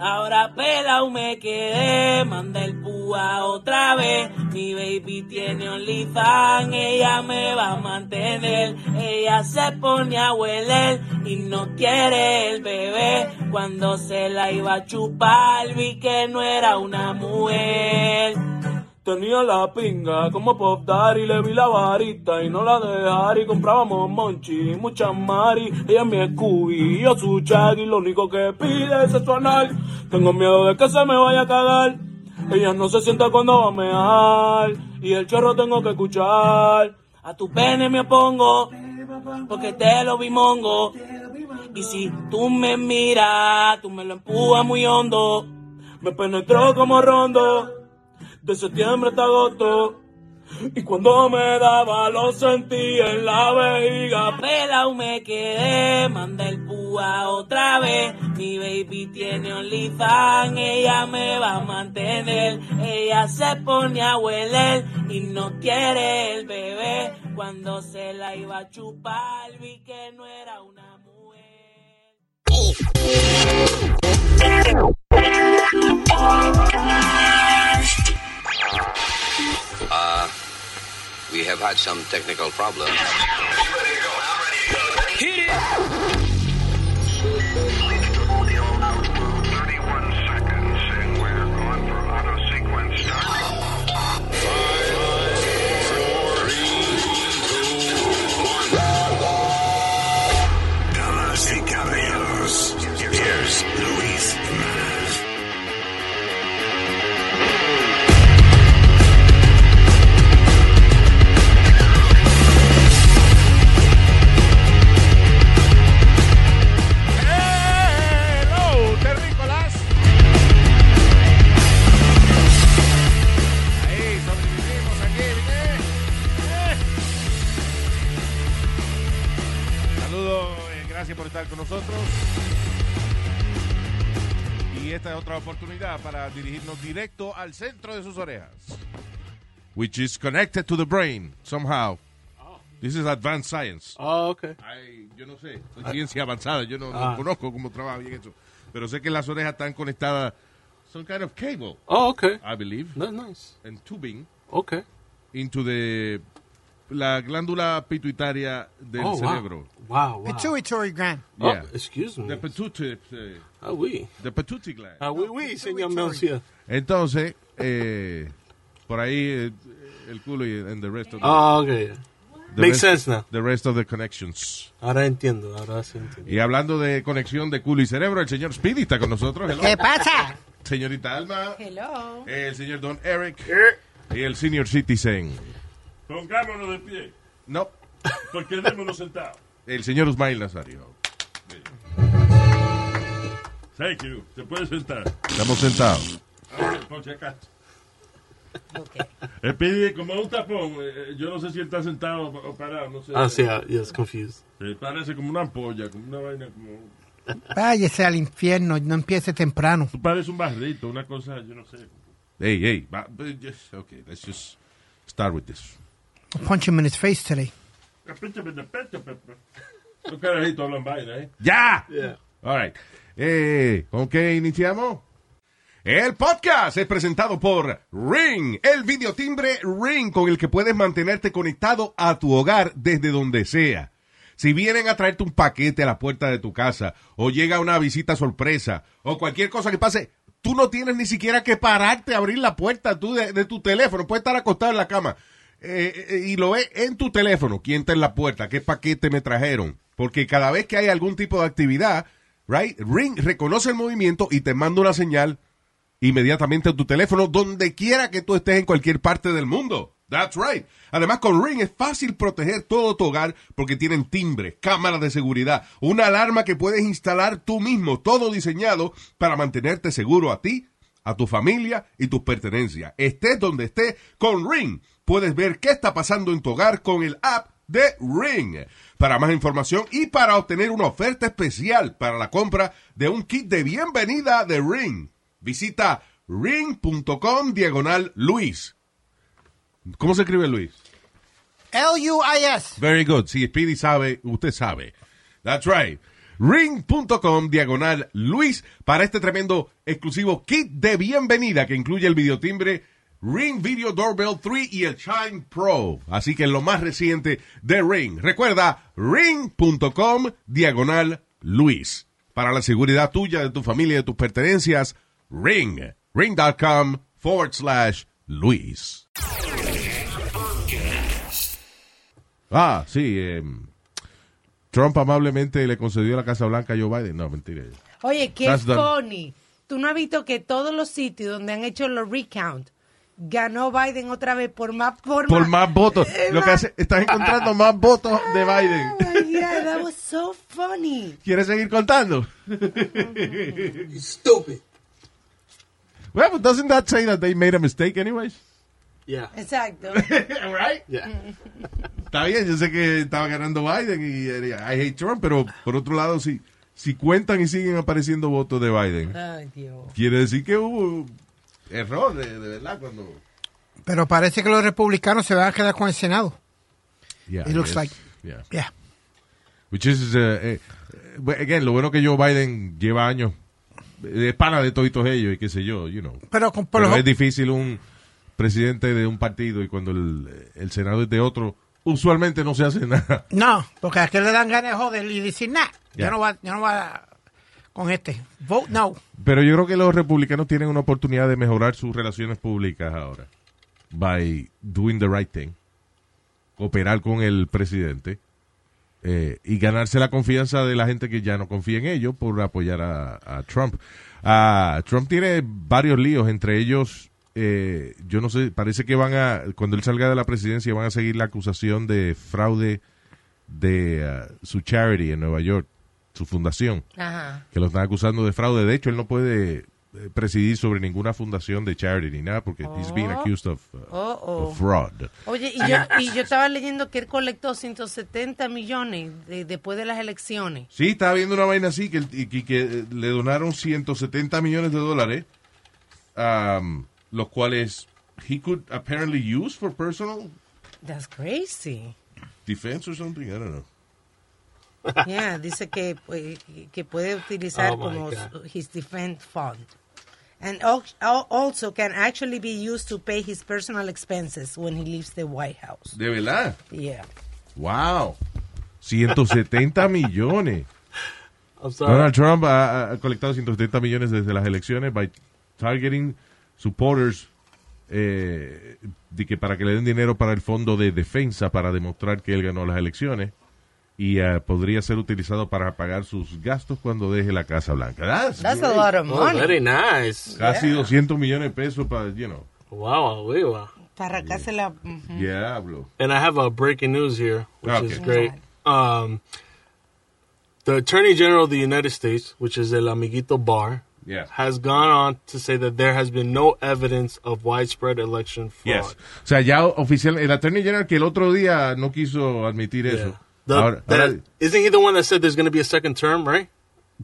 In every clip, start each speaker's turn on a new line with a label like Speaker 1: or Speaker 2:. Speaker 1: Ahora pelao me quedé, manda el púa otra vez. Mi baby tiene OnlyFans, ella me va a mantener. Ella se pone a hueler y no quiere el bebé. Cuando se la iba a chupar, vi que no era una mujer.
Speaker 2: Tenía la pinga como Pop Daddy, le vi la varita y no la dejarí. Comprábamos monchi, muchas mari, ella es mi Scooby, yo su Shaggy, lo único que pide es sexo anal. Tengo miedo de que se me vaya a cagar, ella no se sienta cuando va a mear, y el chorro tengo que escuchar.
Speaker 1: A tu pene me opongo, porque te lo vi mongo. Y si tú me miras, tú me lo empujas muy hondo.
Speaker 2: Me penetró como rondo de septiembre hasta agosto. Y cuando me daba lo sentí en la vejiga.
Speaker 1: Pelao me quedé, manda el púa otra vez. Mi baby tiene OnlyFans, ella me va a mantener. Ella se pone a hueler y no quiere el bebé. Cuando se la iba a chupar vi que no era una mujer.
Speaker 3: Uh, we have had some technical problems. Hit
Speaker 4: y caballeros, here's Luis Jimenez.
Speaker 2: ¡Eh,
Speaker 5: Hello, terrícolas. Ahí sobrevivimos aquí, ¿viste? Eh. Saludos, eh, gracias por estar con nosotros. Y esta es otra oportunidad para dirigirnos directo al centro de sus orejas. Which is connected to the brain, somehow. This is advanced science.
Speaker 6: Ah, Oh. ok. Ah.
Speaker 5: Ay, yo no sé. Soy ciencia avanzada, yo no, no conozco cómo trabaja bien eso. Pero sé que las orejas están conectadas. Some kind of cable.
Speaker 6: Oh, okay.
Speaker 5: I believe.
Speaker 6: That's nice.
Speaker 5: And tubing
Speaker 6: Okay.
Speaker 5: into the. La glándula pituitaria del
Speaker 6: oh,
Speaker 5: cerebro.
Speaker 6: Wow, wow. wow.
Speaker 7: Pituitary gland.
Speaker 6: Oh,
Speaker 5: Yeah.
Speaker 6: excuse me.
Speaker 5: The pituitary. eh,
Speaker 6: Ah, oui.
Speaker 5: the pituitary gland.
Speaker 6: Ah, oui, oui, señor Melcia.
Speaker 5: Entonces, eh, por ahí eh, el culo y and the rest of the,
Speaker 6: Ah, ok.
Speaker 5: the
Speaker 6: Makes
Speaker 5: rest-
Speaker 6: sense now.
Speaker 5: the rest of the connections.
Speaker 6: Ahora entiendo, ahora sí entiendo.
Speaker 5: Y hablando de conexión de culo y cerebro, el señor Speedy está con nosotros. Hello.
Speaker 7: ¿Qué pasa?
Speaker 5: Señorita Alma,
Speaker 8: Hello.
Speaker 5: el señor Don Eric
Speaker 6: Eh.
Speaker 5: y el senior citizen.
Speaker 2: Pongámonos de pie,
Speaker 5: No,
Speaker 2: porque démonos sentados.
Speaker 5: el señor Usmail Nazario.
Speaker 2: Thank you, se puede sentar.
Speaker 5: Estamos sentados.
Speaker 2: Por si acaso.
Speaker 8: Ok.
Speaker 2: Eh, pide como un tapón, eh, yo no sé si él está sentado o parado, no sé.
Speaker 6: Ah, sí, ah, yes, confused.
Speaker 2: Eh, parece como una ampolla, como una vaina, como...
Speaker 7: Váyase al infierno, no empiece temprano.
Speaker 2: Tú pareces un barrito, una cosa, yo no sé.
Speaker 5: Hey, hey. va- but just- Okay, let's just start with this.
Speaker 7: Punch him in his face today.
Speaker 2: Los carajitos hablan vaina, ¿eh?
Speaker 5: ¡Ya!
Speaker 6: Yeah.
Speaker 5: All right. Eh, ¿Con qué iniciamos? El podcast es presentado por Ring, el videotimbre Ring con el que puedes mantenerte conectado a tu hogar desde donde sea. Si vienen a traerte un paquete a la puerta de tu casa, o llega una visita sorpresa, o cualquier cosa que pase, tú no tienes ni siquiera que pararte a abrir la puerta tú de, de tu teléfono. Puedes estar acostado en la cama eh, eh, y lo ves en tu teléfono. ¿Quién está en la puerta? ¿Qué paquete me trajeron? Porque cada vez que hay algún tipo de actividad, right, Ring reconoce el movimiento y te manda una señal inmediatamente a tu teléfono, donde quiera que tú estés en cualquier parte del mundo. That's right. Además, con Ring es fácil proteger todo tu hogar porque tienen timbres, cámaras de seguridad, una alarma que puedes instalar tú mismo, todo diseñado para mantenerte seguro a ti, a tu familia y tus pertenencias. Estés donde estés, con Ring puedes ver qué está pasando en tu hogar con el app de Ring. Para más información y para obtener una oferta especial para la compra de un kit de bienvenida de Ring, visita ring.com diagonal Luis. ¿Cómo se escribe Luis?
Speaker 7: L-U-I-S.
Speaker 5: Very good. Si Speedy sabe, usted sabe. That's right. ring.com diagonal Luis para este tremendo exclusivo kit de bienvenida que incluye el videotimbre Ring Video Doorbell 3 y el Chime Pro. Así que lo más reciente de Ring. Recuerda, ring.com diagonal Luis. Para la seguridad tuya, de tu familia, de tus pertenencias, ring. Ring.com forward slash Luis. Ah, sí. eh, Trump amablemente le concedió la Casa Blanca a Joe Biden. No, mentira.
Speaker 8: Oye, qué
Speaker 5: That's done.
Speaker 8: funny. Tú no has visto que todos los sitios donde han hecho los recount ganó Biden otra vez por más por,
Speaker 5: Por más votos.
Speaker 8: eh,
Speaker 5: Lo que hace, estás encontrando más votos de Biden.
Speaker 8: Oh my God, that was so funny.
Speaker 5: ¿Quieres seguir contando?
Speaker 6: Stupid.
Speaker 5: Well, but doesn't that say that they made a mistake anyways?
Speaker 6: Yeah.
Speaker 8: Exacto.
Speaker 5: right?
Speaker 6: Yeah.
Speaker 5: Está bien, yo sé que estaba ganando Biden y eh, I hate Trump, pero por otro lado, si, si cuentan y siguen apareciendo votos de Biden,
Speaker 8: Ay, Dios.
Speaker 5: quiere decir que hubo error, de, de verdad, cuando...
Speaker 7: Pero parece que los republicanos se van a quedar con el Senado.
Speaker 5: Yeah,
Speaker 7: It looks
Speaker 5: yes,
Speaker 7: like-
Speaker 5: yeah.
Speaker 7: Yeah.
Speaker 5: Which is, eh, eh, but again, lo bueno que Joe Biden lleva años de pana de toditos ellos y qué sé yo, you know.
Speaker 7: Pero, con, por
Speaker 5: Pero
Speaker 7: los-
Speaker 5: es difícil un presidente de un partido y cuando el, el Senado es de otro, usualmente no se hace nada.
Speaker 7: No, porque a que le dan ganas de joder y decir, nah,
Speaker 5: Yeah.
Speaker 7: yo no voy a- yo no voy a- con este. Vote no.
Speaker 5: Pero yo creo que los republicanos tienen una oportunidad de mejorar sus relaciones públicas ahora. By doing the right thing. Cooperar con el presidente. eh, y ganarse la confianza de la gente que ya no confía en ellos por apoyar a, a Trump. Ah, Trump tiene varios líos, entre ellos, eh, yo no sé, parece que van a, cuando él salga de la presidencia, van a seguir la acusación de fraude de ah, su charity en Nueva York, su fundación
Speaker 8: Ajá.
Speaker 5: que lo están acusando de fraude. De hecho, él no puede eh, presidir sobre ninguna fundación de charity ni nada porque he's being accused of, uh,
Speaker 8: Oh, oh.
Speaker 5: of fraud.
Speaker 8: Oye, y yo, y yo estaba leyendo que él colectó 170 millones de- después de las elecciones.
Speaker 5: Sí, estaba viendo una vaina así que, el- y que, que, eh, le donaron 170 millones de dólares, um, los cuales he could apparently use for personal
Speaker 8: That's crazy.
Speaker 5: defense or something. I don't know.
Speaker 8: Yeah, dice que, pues, que puede utilizar
Speaker 6: Oh, my
Speaker 8: como
Speaker 6: God.
Speaker 8: s- his defense fund. And al- al- also can actually be used to pay his personal expenses when he leaves the White House.
Speaker 5: De verdad.
Speaker 8: Yeah.
Speaker 5: Wow. 170 millones.
Speaker 6: I'm
Speaker 5: Donald
Speaker 6: sorry.
Speaker 5: Trump ha, ha colectado 170 millones desde las elecciones by targeting supporters eh, de que para que le den dinero para el fondo de defensa para demostrar que él ganó las elecciones y eh, podría ser utilizado para pagar sus gastos cuando deje la Casa Blanca. That's
Speaker 8: That's a
Speaker 5: great.
Speaker 8: lot of
Speaker 6: Oh,
Speaker 8: money.
Speaker 6: very nice.
Speaker 5: Casi 200 millones de pesos para, you know,
Speaker 6: Wow, we wow.
Speaker 8: Para acá se la... ujú.
Speaker 5: diablo.
Speaker 6: And I have a breaking news here, which
Speaker 5: Ah, Okay.
Speaker 6: is great. Um, the Attorney General of the United States, which is El Amiguito Barr,
Speaker 5: Yeah.
Speaker 6: has gone on to say that there has been no evidence of widespread election fraud.
Speaker 5: Yes. O sea, ya oficial, el Attorney General que el otro día no quiso admitir
Speaker 6: Yeah.
Speaker 5: eso.
Speaker 6: The-
Speaker 5: Ahora-
Speaker 6: that-
Speaker 5: ahora-
Speaker 6: isn't he the one that said there's going to be a second term, right?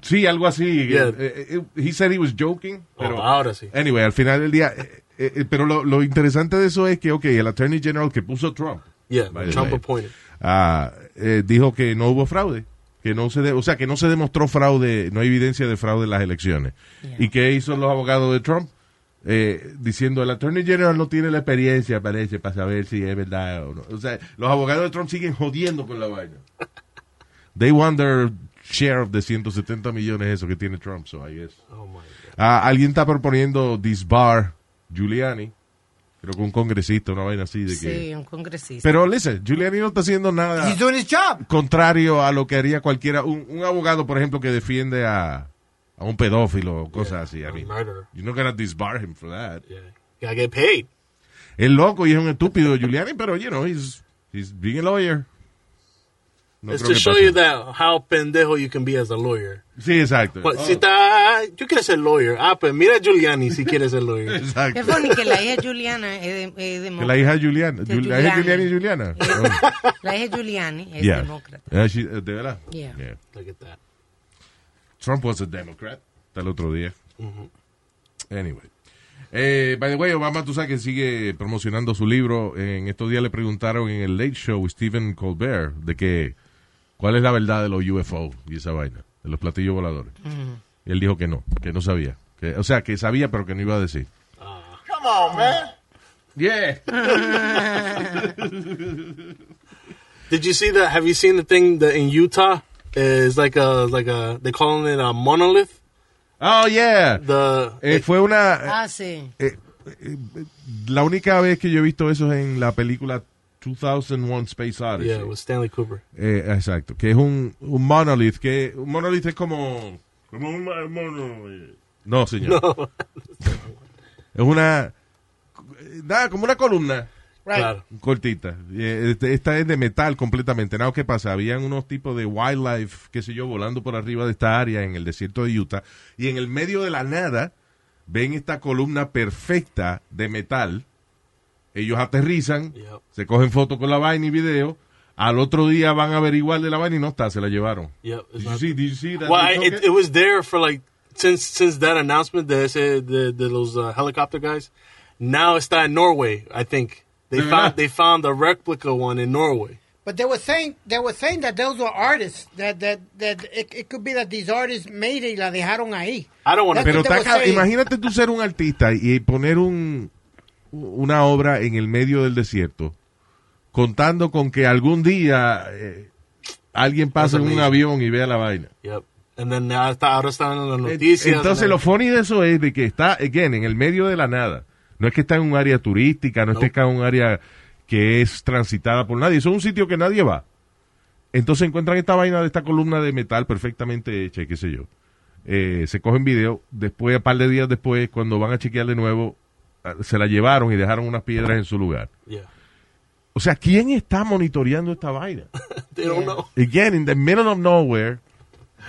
Speaker 5: Sí, algo así.
Speaker 6: Yeah.
Speaker 5: Eh, eh, he said he was joking. Pero,
Speaker 6: Oh, ahora sí.
Speaker 5: Anyway, al final del día. eh, eh, eh, pero lo, lo interesante de eso es que, ok, el Attorney General que puso Trump
Speaker 6: Yeah,
Speaker 5: By the
Speaker 6: Trump
Speaker 5: way.
Speaker 6: appointed.
Speaker 5: ah, eh, dijo que no hubo fraude. Que no se de- o sea, que no se demostró fraude, no hay evidencia de fraude en las elecciones. ¿Y qué hizo los abogados de Trump? Eh, diciendo, el Attorney General no tiene la experiencia, parece, para saber si es verdad o no. O sea, los abogados de Trump siguen jodiendo con la vaina. They want their share of the 170 millones eso que tiene Trump, so I guess.
Speaker 6: Oh my god.
Speaker 5: Ah, alguien está proponiendo disbar Giuliani, creo que un congresista, una vaina así de que...
Speaker 8: Sí, un congresista.
Speaker 5: Pero listen, Giuliani no está haciendo nada
Speaker 7: He's doing his job.
Speaker 5: contrario a lo que haría cualquiera, un, un abogado, por ejemplo, que defiende a, a un pedófilo o cosas así. I
Speaker 6: a
Speaker 5: mean,
Speaker 6: murderer.
Speaker 5: you're not gonna disbar him for that.
Speaker 6: Yeah. Gotta get paid.
Speaker 5: Es loco y es un estúpido Giuliani, pero, you know, he's, he's being a lawyer. No
Speaker 6: It's
Speaker 5: creo
Speaker 6: to
Speaker 5: que
Speaker 6: show
Speaker 5: pase.
Speaker 6: you that how pendejo you can be as a lawyer.
Speaker 5: Sí, exacto. Oh,
Speaker 6: But si está, yo quiero ser lawyer. Ah, pues mira a Giuliani si quieres ser lawyer.
Speaker 5: Exacto.
Speaker 8: Qué funny que la hija Juliana es, de, es
Speaker 5: Que la
Speaker 8: demócrata.
Speaker 5: hija de Giuliani,
Speaker 8: De
Speaker 5: Giul- la hija de Giuliani
Speaker 8: Giuliani.
Speaker 5: es Giuliana. Oh.
Speaker 8: La hija Giuliani es
Speaker 5: Yeah.
Speaker 8: demócrata.
Speaker 5: Yeah, she- eh, de verdad.
Speaker 8: Yeah.
Speaker 5: Yeah.
Speaker 6: Look at that.
Speaker 5: Trump was a Democrat. Hasta el otro día. Anyway. Eh, by the way, Obama, tú sabes que sigue promocionando su libro. En estos días le preguntaron en el Late Show Stephen Colbert de que cuál es la verdad de los UFO y esa vaina. de los platillos voladores. Y él dijo que no, que no sabía. Que, o sea, que sabía, pero que no iba a decir. Come on, man. Yeah.
Speaker 6: Did you see that? Have you seen the thing that in Utah is like a like a they calling it a monolith?
Speaker 5: Oh, yeah.
Speaker 6: The
Speaker 5: Eh, fue una...
Speaker 8: Ah, sí.
Speaker 5: eh, eh, eh, la única vez que yo he visto eso es en la película 2001 Space Odyssey.
Speaker 6: yeah, with Stanley Cooper.
Speaker 5: Eh, exacto, que es un, un monolith, que un monolith es como... Como un ma- monolith. No, señor. es una... Nada, como una columna
Speaker 6: Claro.
Speaker 5: cortita. Eh, este- Esta es de metal completamente. Nada, ¿qué pasa? Habían unos tipos de wildlife, qué sé yo, volando por arriba de esta área en el desierto de Utah. Y en el medio de la nada, ven esta columna perfecta de metal. Ellos aterrizan,
Speaker 6: Yep.
Speaker 5: se cogen fotos con la vaina y video. Al otro día van a averiguar de la vaina y no está, se la llevaron.
Speaker 6: Yep.
Speaker 5: Did
Speaker 6: It's
Speaker 5: you
Speaker 6: not-
Speaker 5: see- did you see that
Speaker 6: well, I,
Speaker 5: they took
Speaker 6: it,
Speaker 5: it?
Speaker 6: it was there for like since since that announcement that I said the, the those uh, helicopter guys. Now it's not in Norway. I think they
Speaker 5: Yeah.
Speaker 6: found they found a replica one in Norway.
Speaker 7: But they were saying they were saying that those were artists that that that it, it could be that these artists made it y la dejaron ahí.
Speaker 6: I don't want
Speaker 7: That's
Speaker 5: Pero
Speaker 6: to.
Speaker 7: what
Speaker 5: está
Speaker 7: they were
Speaker 5: ca-
Speaker 7: saying.
Speaker 5: imagínate tú ser un artista y poner un, una obra en el medio del desierto, contando con que algún día eh, alguien pase en un
Speaker 6: amazing.
Speaker 5: avión y vea la vaina.
Speaker 6: Yep. And then now está ahora están en las
Speaker 5: En-
Speaker 6: noticias.
Speaker 5: Entonces
Speaker 6: and
Speaker 5: lo funny de eso es de que está, again, en el medio de la nada. No es que está en un área turística, no, es que está en un área que es transitada por nadie. Eso es un sitio que nadie va. Entonces encuentran esta vaina de esta columna de metal perfectamente hecha, y qué sé yo. Eh, se cogen video, después, a par de días después, cuando van a chequear de nuevo, ah, se la llevaron y dejaron unas piedras en su lugar.
Speaker 6: yeah,
Speaker 5: O sea, ¿quién está monitoreando esta vaina?
Speaker 6: they don't know.
Speaker 5: Again, in the middle of nowhere,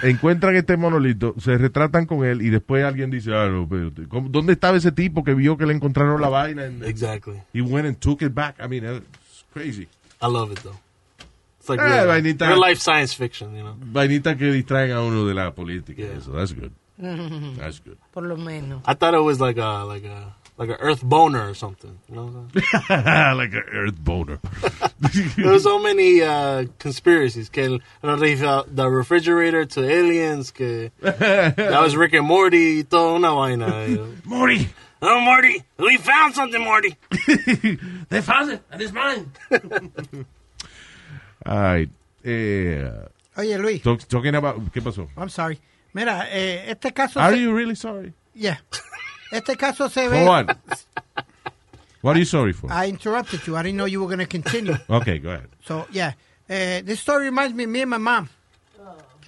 Speaker 5: encuentran este monolito, se retratan con él y después alguien dice, ah, no, pero, ¿cómo- ¿dónde estaba ese tipo que vio que le encontraron la vaina? And
Speaker 6: Exactly.
Speaker 5: He went and took it back. I mean, it's crazy.
Speaker 6: I love it though. It's like
Speaker 5: Eh,
Speaker 6: real,
Speaker 5: vainita.
Speaker 6: real life science fiction, you know.
Speaker 5: Vainita que distraen a uno de la política.
Speaker 6: Yeah.
Speaker 5: Eso, that's good. That's good.
Speaker 8: Por lo menos.
Speaker 6: I thought it was like a like a like a earth boner or something. You know what I'm saying?
Speaker 5: like an earth boner.
Speaker 6: There were so many uh, conspiracies. Que el, el ref- the refrigerator to aliens. Que that was Rick and Morty. y Toda una vaina. you know.
Speaker 5: Morty,
Speaker 6: oh, Morty, we found something, Morty.
Speaker 5: they found it and it's mine. All right. Eh,
Speaker 7: Oye Luis,
Speaker 5: talk- talking about, ¿qué pasó?
Speaker 7: I'm sorry. Mira, eh, este caso
Speaker 5: Are
Speaker 7: se-
Speaker 5: you really sorry?
Speaker 7: yeah. Este caso se ve
Speaker 5: For what? What are you sorry for?
Speaker 7: I interrupted you. I didn't know you were going to continue.
Speaker 5: Okay, go ahead.
Speaker 7: so, yeah. Eh, this story reminds me of me and my mom.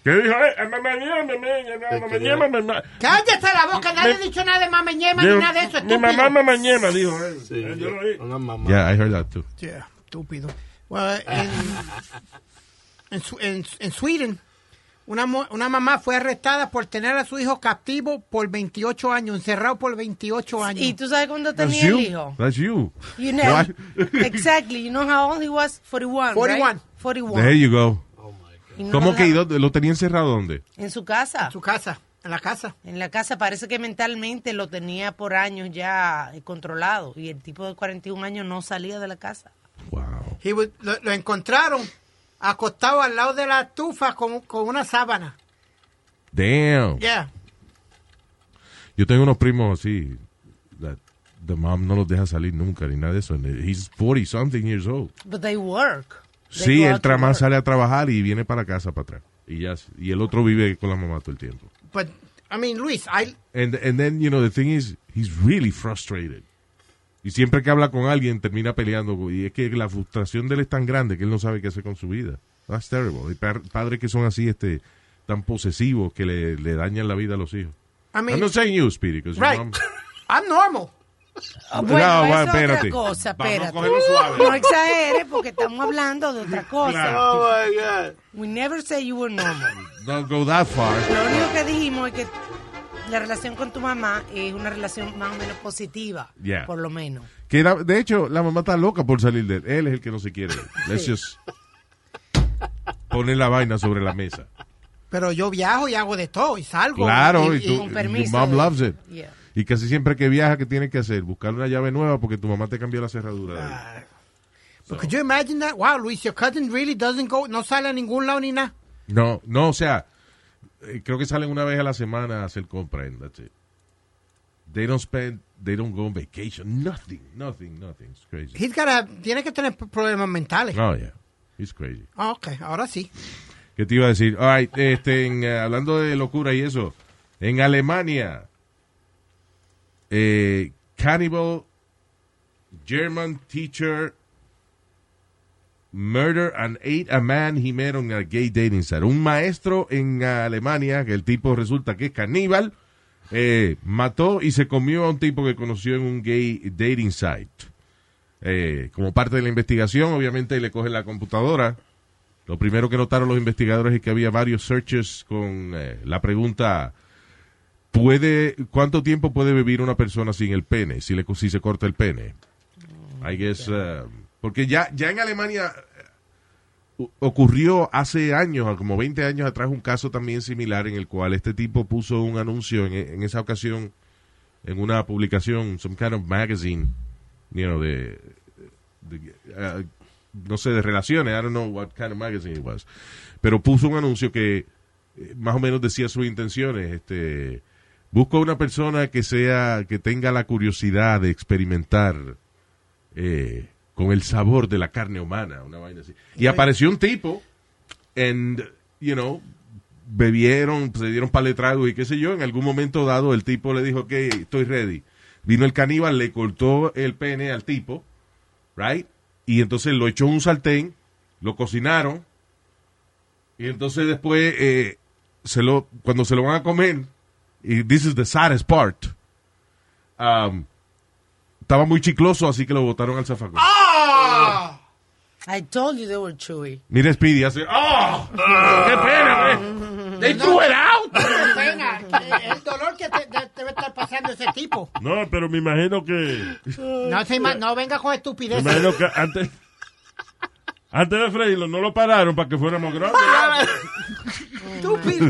Speaker 5: ¿Qué dijo? Eh, mamá, mamá, mamá, mamá, mamá.
Speaker 7: Cállate la boca, nadie ha dicho nada de mama ñema ni nada de eso,
Speaker 5: Mi
Speaker 7: estúpido.
Speaker 5: mamá mamá ñema, dijo.
Speaker 6: Sí,
Speaker 5: eh, yo lo oí.
Speaker 6: una mamá.
Speaker 5: Yeah, I heard that too.
Speaker 7: Yeah, estúpido. Well, en, en, Su- en, en Sweden, una, mu- una mamá fue arrestada por tener a su hijo captivo por 28 años, encerrado por 28 años.
Speaker 8: ¿Y tú sabes cuándo
Speaker 5: That's
Speaker 8: tenía el
Speaker 5: you.
Speaker 8: hijo?
Speaker 5: That's you.
Speaker 8: You know,
Speaker 5: Why?
Speaker 8: exactly. You know how old he was? 41,
Speaker 7: 41.
Speaker 8: right? 41.
Speaker 5: There you go.
Speaker 8: Y no
Speaker 5: ¿Cómo
Speaker 8: lo
Speaker 5: que y
Speaker 8: dejaron-
Speaker 5: dónde- lo tenía encerrado dónde?
Speaker 8: En su casa.
Speaker 7: En su casa, en la casa.
Speaker 8: En la casa parece que mentalmente lo tenía por años ya eh, controlado y el tipo de 41 años no salía de la casa.
Speaker 5: Wow.
Speaker 7: He was- lo, lo encontraron acostado al lado de la estufa con, con una sábana.
Speaker 5: Damn.
Speaker 7: Yeah.
Speaker 5: Yo tengo unos primos así. That the mom no los deja salir nunca ni nada de eso. and He's 40 something years old.
Speaker 8: But they work. They
Speaker 5: Sí,
Speaker 8: go
Speaker 5: el
Speaker 8: out to
Speaker 5: tramán
Speaker 8: work.
Speaker 5: sale a trabajar y viene para casa para atrás. Y ya, y el otro vive con la mamá todo el tiempo.
Speaker 7: But, I mean, Luis, I,
Speaker 5: And, and then, you know, the thing is, he's really frustrated. Y siempre que habla con alguien termina peleando. Y es que la frustración de él es tan grande que él no sabe qué hacer con su vida. That's terrible. Hay par- padres que son así, este, tan posesivos que le, le dañan la vida a los hijos.
Speaker 7: I mean,
Speaker 5: I'm not saying you, Spirit. 'cause your
Speaker 7: right.
Speaker 5: mom-
Speaker 7: I'm normal.
Speaker 8: Ah, Bueno,
Speaker 5: No, va,
Speaker 8: eso es
Speaker 5: espérate.
Speaker 8: otra cosa,
Speaker 5: Vamos a
Speaker 8: espérate.
Speaker 5: cogerlo suave.
Speaker 8: No exageres porque estamos hablando de otra cosa.
Speaker 5: Claro.
Speaker 6: Oh my god.
Speaker 8: We never say you were normal.
Speaker 5: Don't go that far.
Speaker 8: Lo único que dijimos es que la relación con tu mamá es una relación más o menos positiva,
Speaker 5: Yeah.
Speaker 8: por lo menos.
Speaker 5: Que la- de hecho, la mamá está loca por salir de él. Él es el que no se quiere. Let's just poner la vaina sobre la mesa.
Speaker 7: Pero yo viajo y hago de todo y salgo.
Speaker 5: Claro,
Speaker 7: Y-
Speaker 5: y,
Speaker 7: y-
Speaker 5: tú,
Speaker 8: con permiso.
Speaker 5: your mom loves it.
Speaker 8: Yeah.
Speaker 5: Y casi siempre que viaja, ¿qué tienes que hacer? Buscar una llave nueva porque tu mamá te cambió la cerradura.
Speaker 7: Ah. But could you imagine that? Wow, Luis, your cousin really doesn't go, no sale a ningún lado ni nada.
Speaker 5: No, no, o sea, eh, creo que salen una vez a la semana a hacer compra and that's it. They don't spend, they don't go on vacation, nothing, nothing, nothing. It's crazy.
Speaker 7: He's gotta- tiene que tener problemas mentales.
Speaker 5: Oh, yeah, it's crazy.
Speaker 7: Ah, ok, ahora sí.
Speaker 5: ¿Qué te iba a decir? All right, este, en, eh, hablando de locura y eso, en Alemania, eh, Cannibal German teacher murder and ate a man he met on a gay dating site. Un maestro en Alemania, que el tipo resulta que es caníbal, eh, mató y se comió a un tipo que conoció en un gay dating site. Eh, como parte de la investigación, obviamente le cogen la computadora. Lo primero que notaron los investigadores es que había varios searches con eh, la pregunta ¿puede, ¿cuánto tiempo puede vivir una persona sin el pene? Si, le, co- si se corta el pene. I guess, uh, porque ya, ya en Alemania eh, u- ocurrió hace años, como 20 años atrás, un caso también similar en el cual este tipo puso un anuncio en, en esa ocasión en una publicación, some kind of magazine, you know, de, de, eh, no sé, de relaciones, I don't know what kind of magazine it was, pero puso un anuncio que eh, más o menos decía sus intenciones, este, busco una persona que sea, que tenga la curiosidad de experimentar eh, con el sabor de la carne humana, una vaina así. Y apareció un tipo, and, you know, bebieron, se dieron par de tragos y qué sé yo, en algún momento dado el tipo le dijo, ok, estoy ready. Vino el caníbal, le cortó el pene al tipo, right? Y entonces lo echó en un sartén, lo cocinaron, y entonces después, eh, se lo, cuando se lo van a comer, y this is the saddest part, um, estaba muy chicloso, así que lo botaron al zafacón.
Speaker 8: I told you they were chewy.
Speaker 5: Mira Speedy, hace, ¡oh! ¡Qué pena, eh! ¡They threw it out!
Speaker 7: Qué pena, eh, el dolor que te- de- debe estar pasando ese tipo.
Speaker 9: No, pero me imagino que.
Speaker 7: No, se ima- no venga con
Speaker 9: Me
Speaker 7: estupideces.
Speaker 9: imagino que antes. Antes de freírlo, no lo pararon para que fuéramos grandes.
Speaker 5: Ah.
Speaker 8: Mm.
Speaker 7: Estúpido.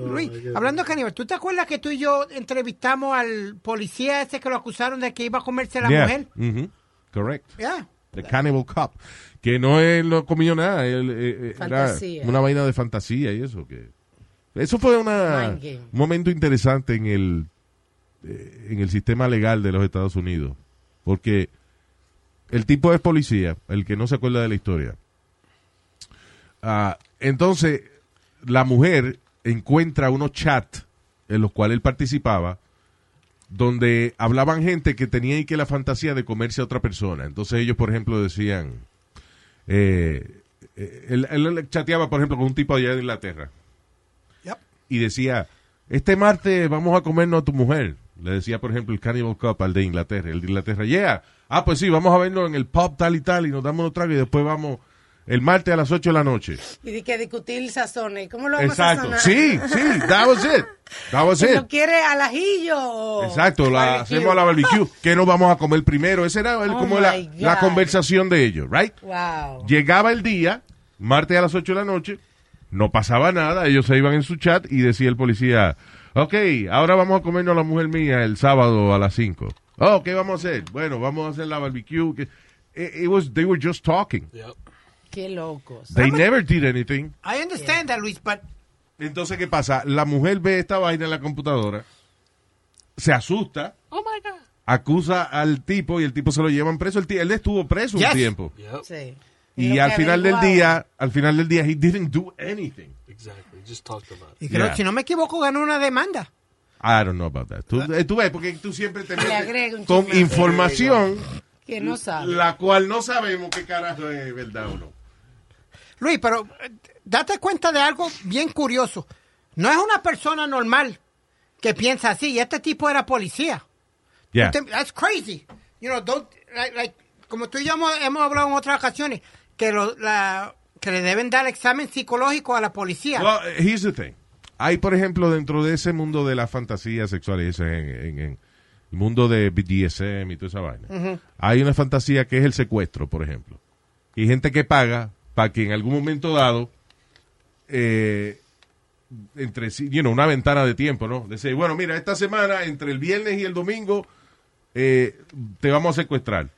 Speaker 7: Luis, hablando de caníbal, ¿tú te acuerdas que tú y yo entrevistamos al policía ese que lo acusaron de que iba a comerse la
Speaker 5: Yeah.
Speaker 7: mujer?
Speaker 5: Mhm. Correct.
Speaker 7: Yeah.
Speaker 5: The Cannibal Cup. Que no él no comió nada. él, eh, eh, era
Speaker 8: Fantasía.
Speaker 5: una vaina de fantasía y eso. que Eso fue una,
Speaker 8: Mind game.
Speaker 5: un momento interesante en el, eh, en el sistema legal de los Estados Unidos. Porque el tipo es policía, el que no se acuerda de la historia. Ah, entonces, la mujer encuentra unos chats en los cuales él participaba donde hablaban gente que tenía y que la fantasía de comerse a otra persona. Entonces ellos, por ejemplo, decían, eh, eh, él, él chateaba, por ejemplo, con un tipo allá de Inglaterra y decía, este martes vamos a comernos a tu mujer. Le decía, por ejemplo, el Cannibal Cup al de Inglaterra. El de Inglaterra, yeah. Ah, pues sí, vamos a vernos en el pub tal y tal y nos damos un trago y después vamos el martes a las 8 de la noche.
Speaker 8: Y de que discutir sazones. ¿Cómo lo vamos
Speaker 5: Exacto.
Speaker 8: a sazonar?
Speaker 5: Sí, sí, that was it. That was
Speaker 8: Si
Speaker 5: it.
Speaker 8: lo quiere al ajillo o
Speaker 5: Exacto, la
Speaker 8: barbecue.
Speaker 5: hacemos a la barbecue. ¿Qué nos vamos a comer primero? Esa era el-
Speaker 8: Oh
Speaker 5: como
Speaker 8: my
Speaker 5: la,
Speaker 8: God.
Speaker 5: la conversación de ellos, ¿right?
Speaker 8: Wow.
Speaker 5: Llegaba el día, martes a las 8 de la noche, no pasaba nada, ellos se iban en su chat y decía el policía, ok, ahora vamos a comernos a la mujer mía el sábado a las 5. Oh, ¿qué vamos a hacer? Bueno, vamos a hacer la barbecue. que- eh, It, it was, they were just talking.
Speaker 8: Qué locos.
Speaker 5: They never did anything.
Speaker 7: I understand that, Luis, but
Speaker 5: Entonces, ¿qué pasa? La mujer ve esta vaina en la computadora, se asusta, acusa al tipo y el tipo se lo llevan preso. El ti- él estuvo preso
Speaker 7: Yes.
Speaker 5: un tiempo.
Speaker 6: Yep.
Speaker 8: Sí.
Speaker 5: Y
Speaker 8: Lo
Speaker 5: al
Speaker 8: que
Speaker 5: final del
Speaker 8: averiguaron.
Speaker 5: día, al final del día, he didn't do anything.
Speaker 6: Exactly. Just talked about it.
Speaker 7: y creo-
Speaker 5: Yeah.
Speaker 7: si no me equivoco, ganó una demanda.
Speaker 5: I don't know about that. Tú, eh, tú ves, porque tú siempre te
Speaker 8: agrego
Speaker 5: metes
Speaker 8: un
Speaker 5: con
Speaker 8: chisme más.
Speaker 5: información
Speaker 8: Que no sabe.
Speaker 5: la cual no sabemos qué carajo es verdad o no.
Speaker 7: Luis, pero eh, date cuenta de algo bien curioso. No es una persona normal que piensa así. y Este tipo era policía.
Speaker 5: Yeah.
Speaker 7: Usted- That's crazy. You know, don't- like- like, como tú y yo hemos, hemos hablado en otras ocasiones, que, lo- la- que le deben dar examen psicológico a la policía.
Speaker 5: Well, here's the thing. Hay, por ejemplo, dentro de ese mundo de la fantasía sexual, ese en, en- en el mundo de BDSM y toda esa vaina, hay una fantasía que es el secuestro, por ejemplo. Y gente que paga para que en algún momento dado, eh, entre sí, you know, una ventana de tiempo, ¿no? Decir, bueno, mira, esta semana, entre el viernes y el domingo, eh, te vamos a secuestrar.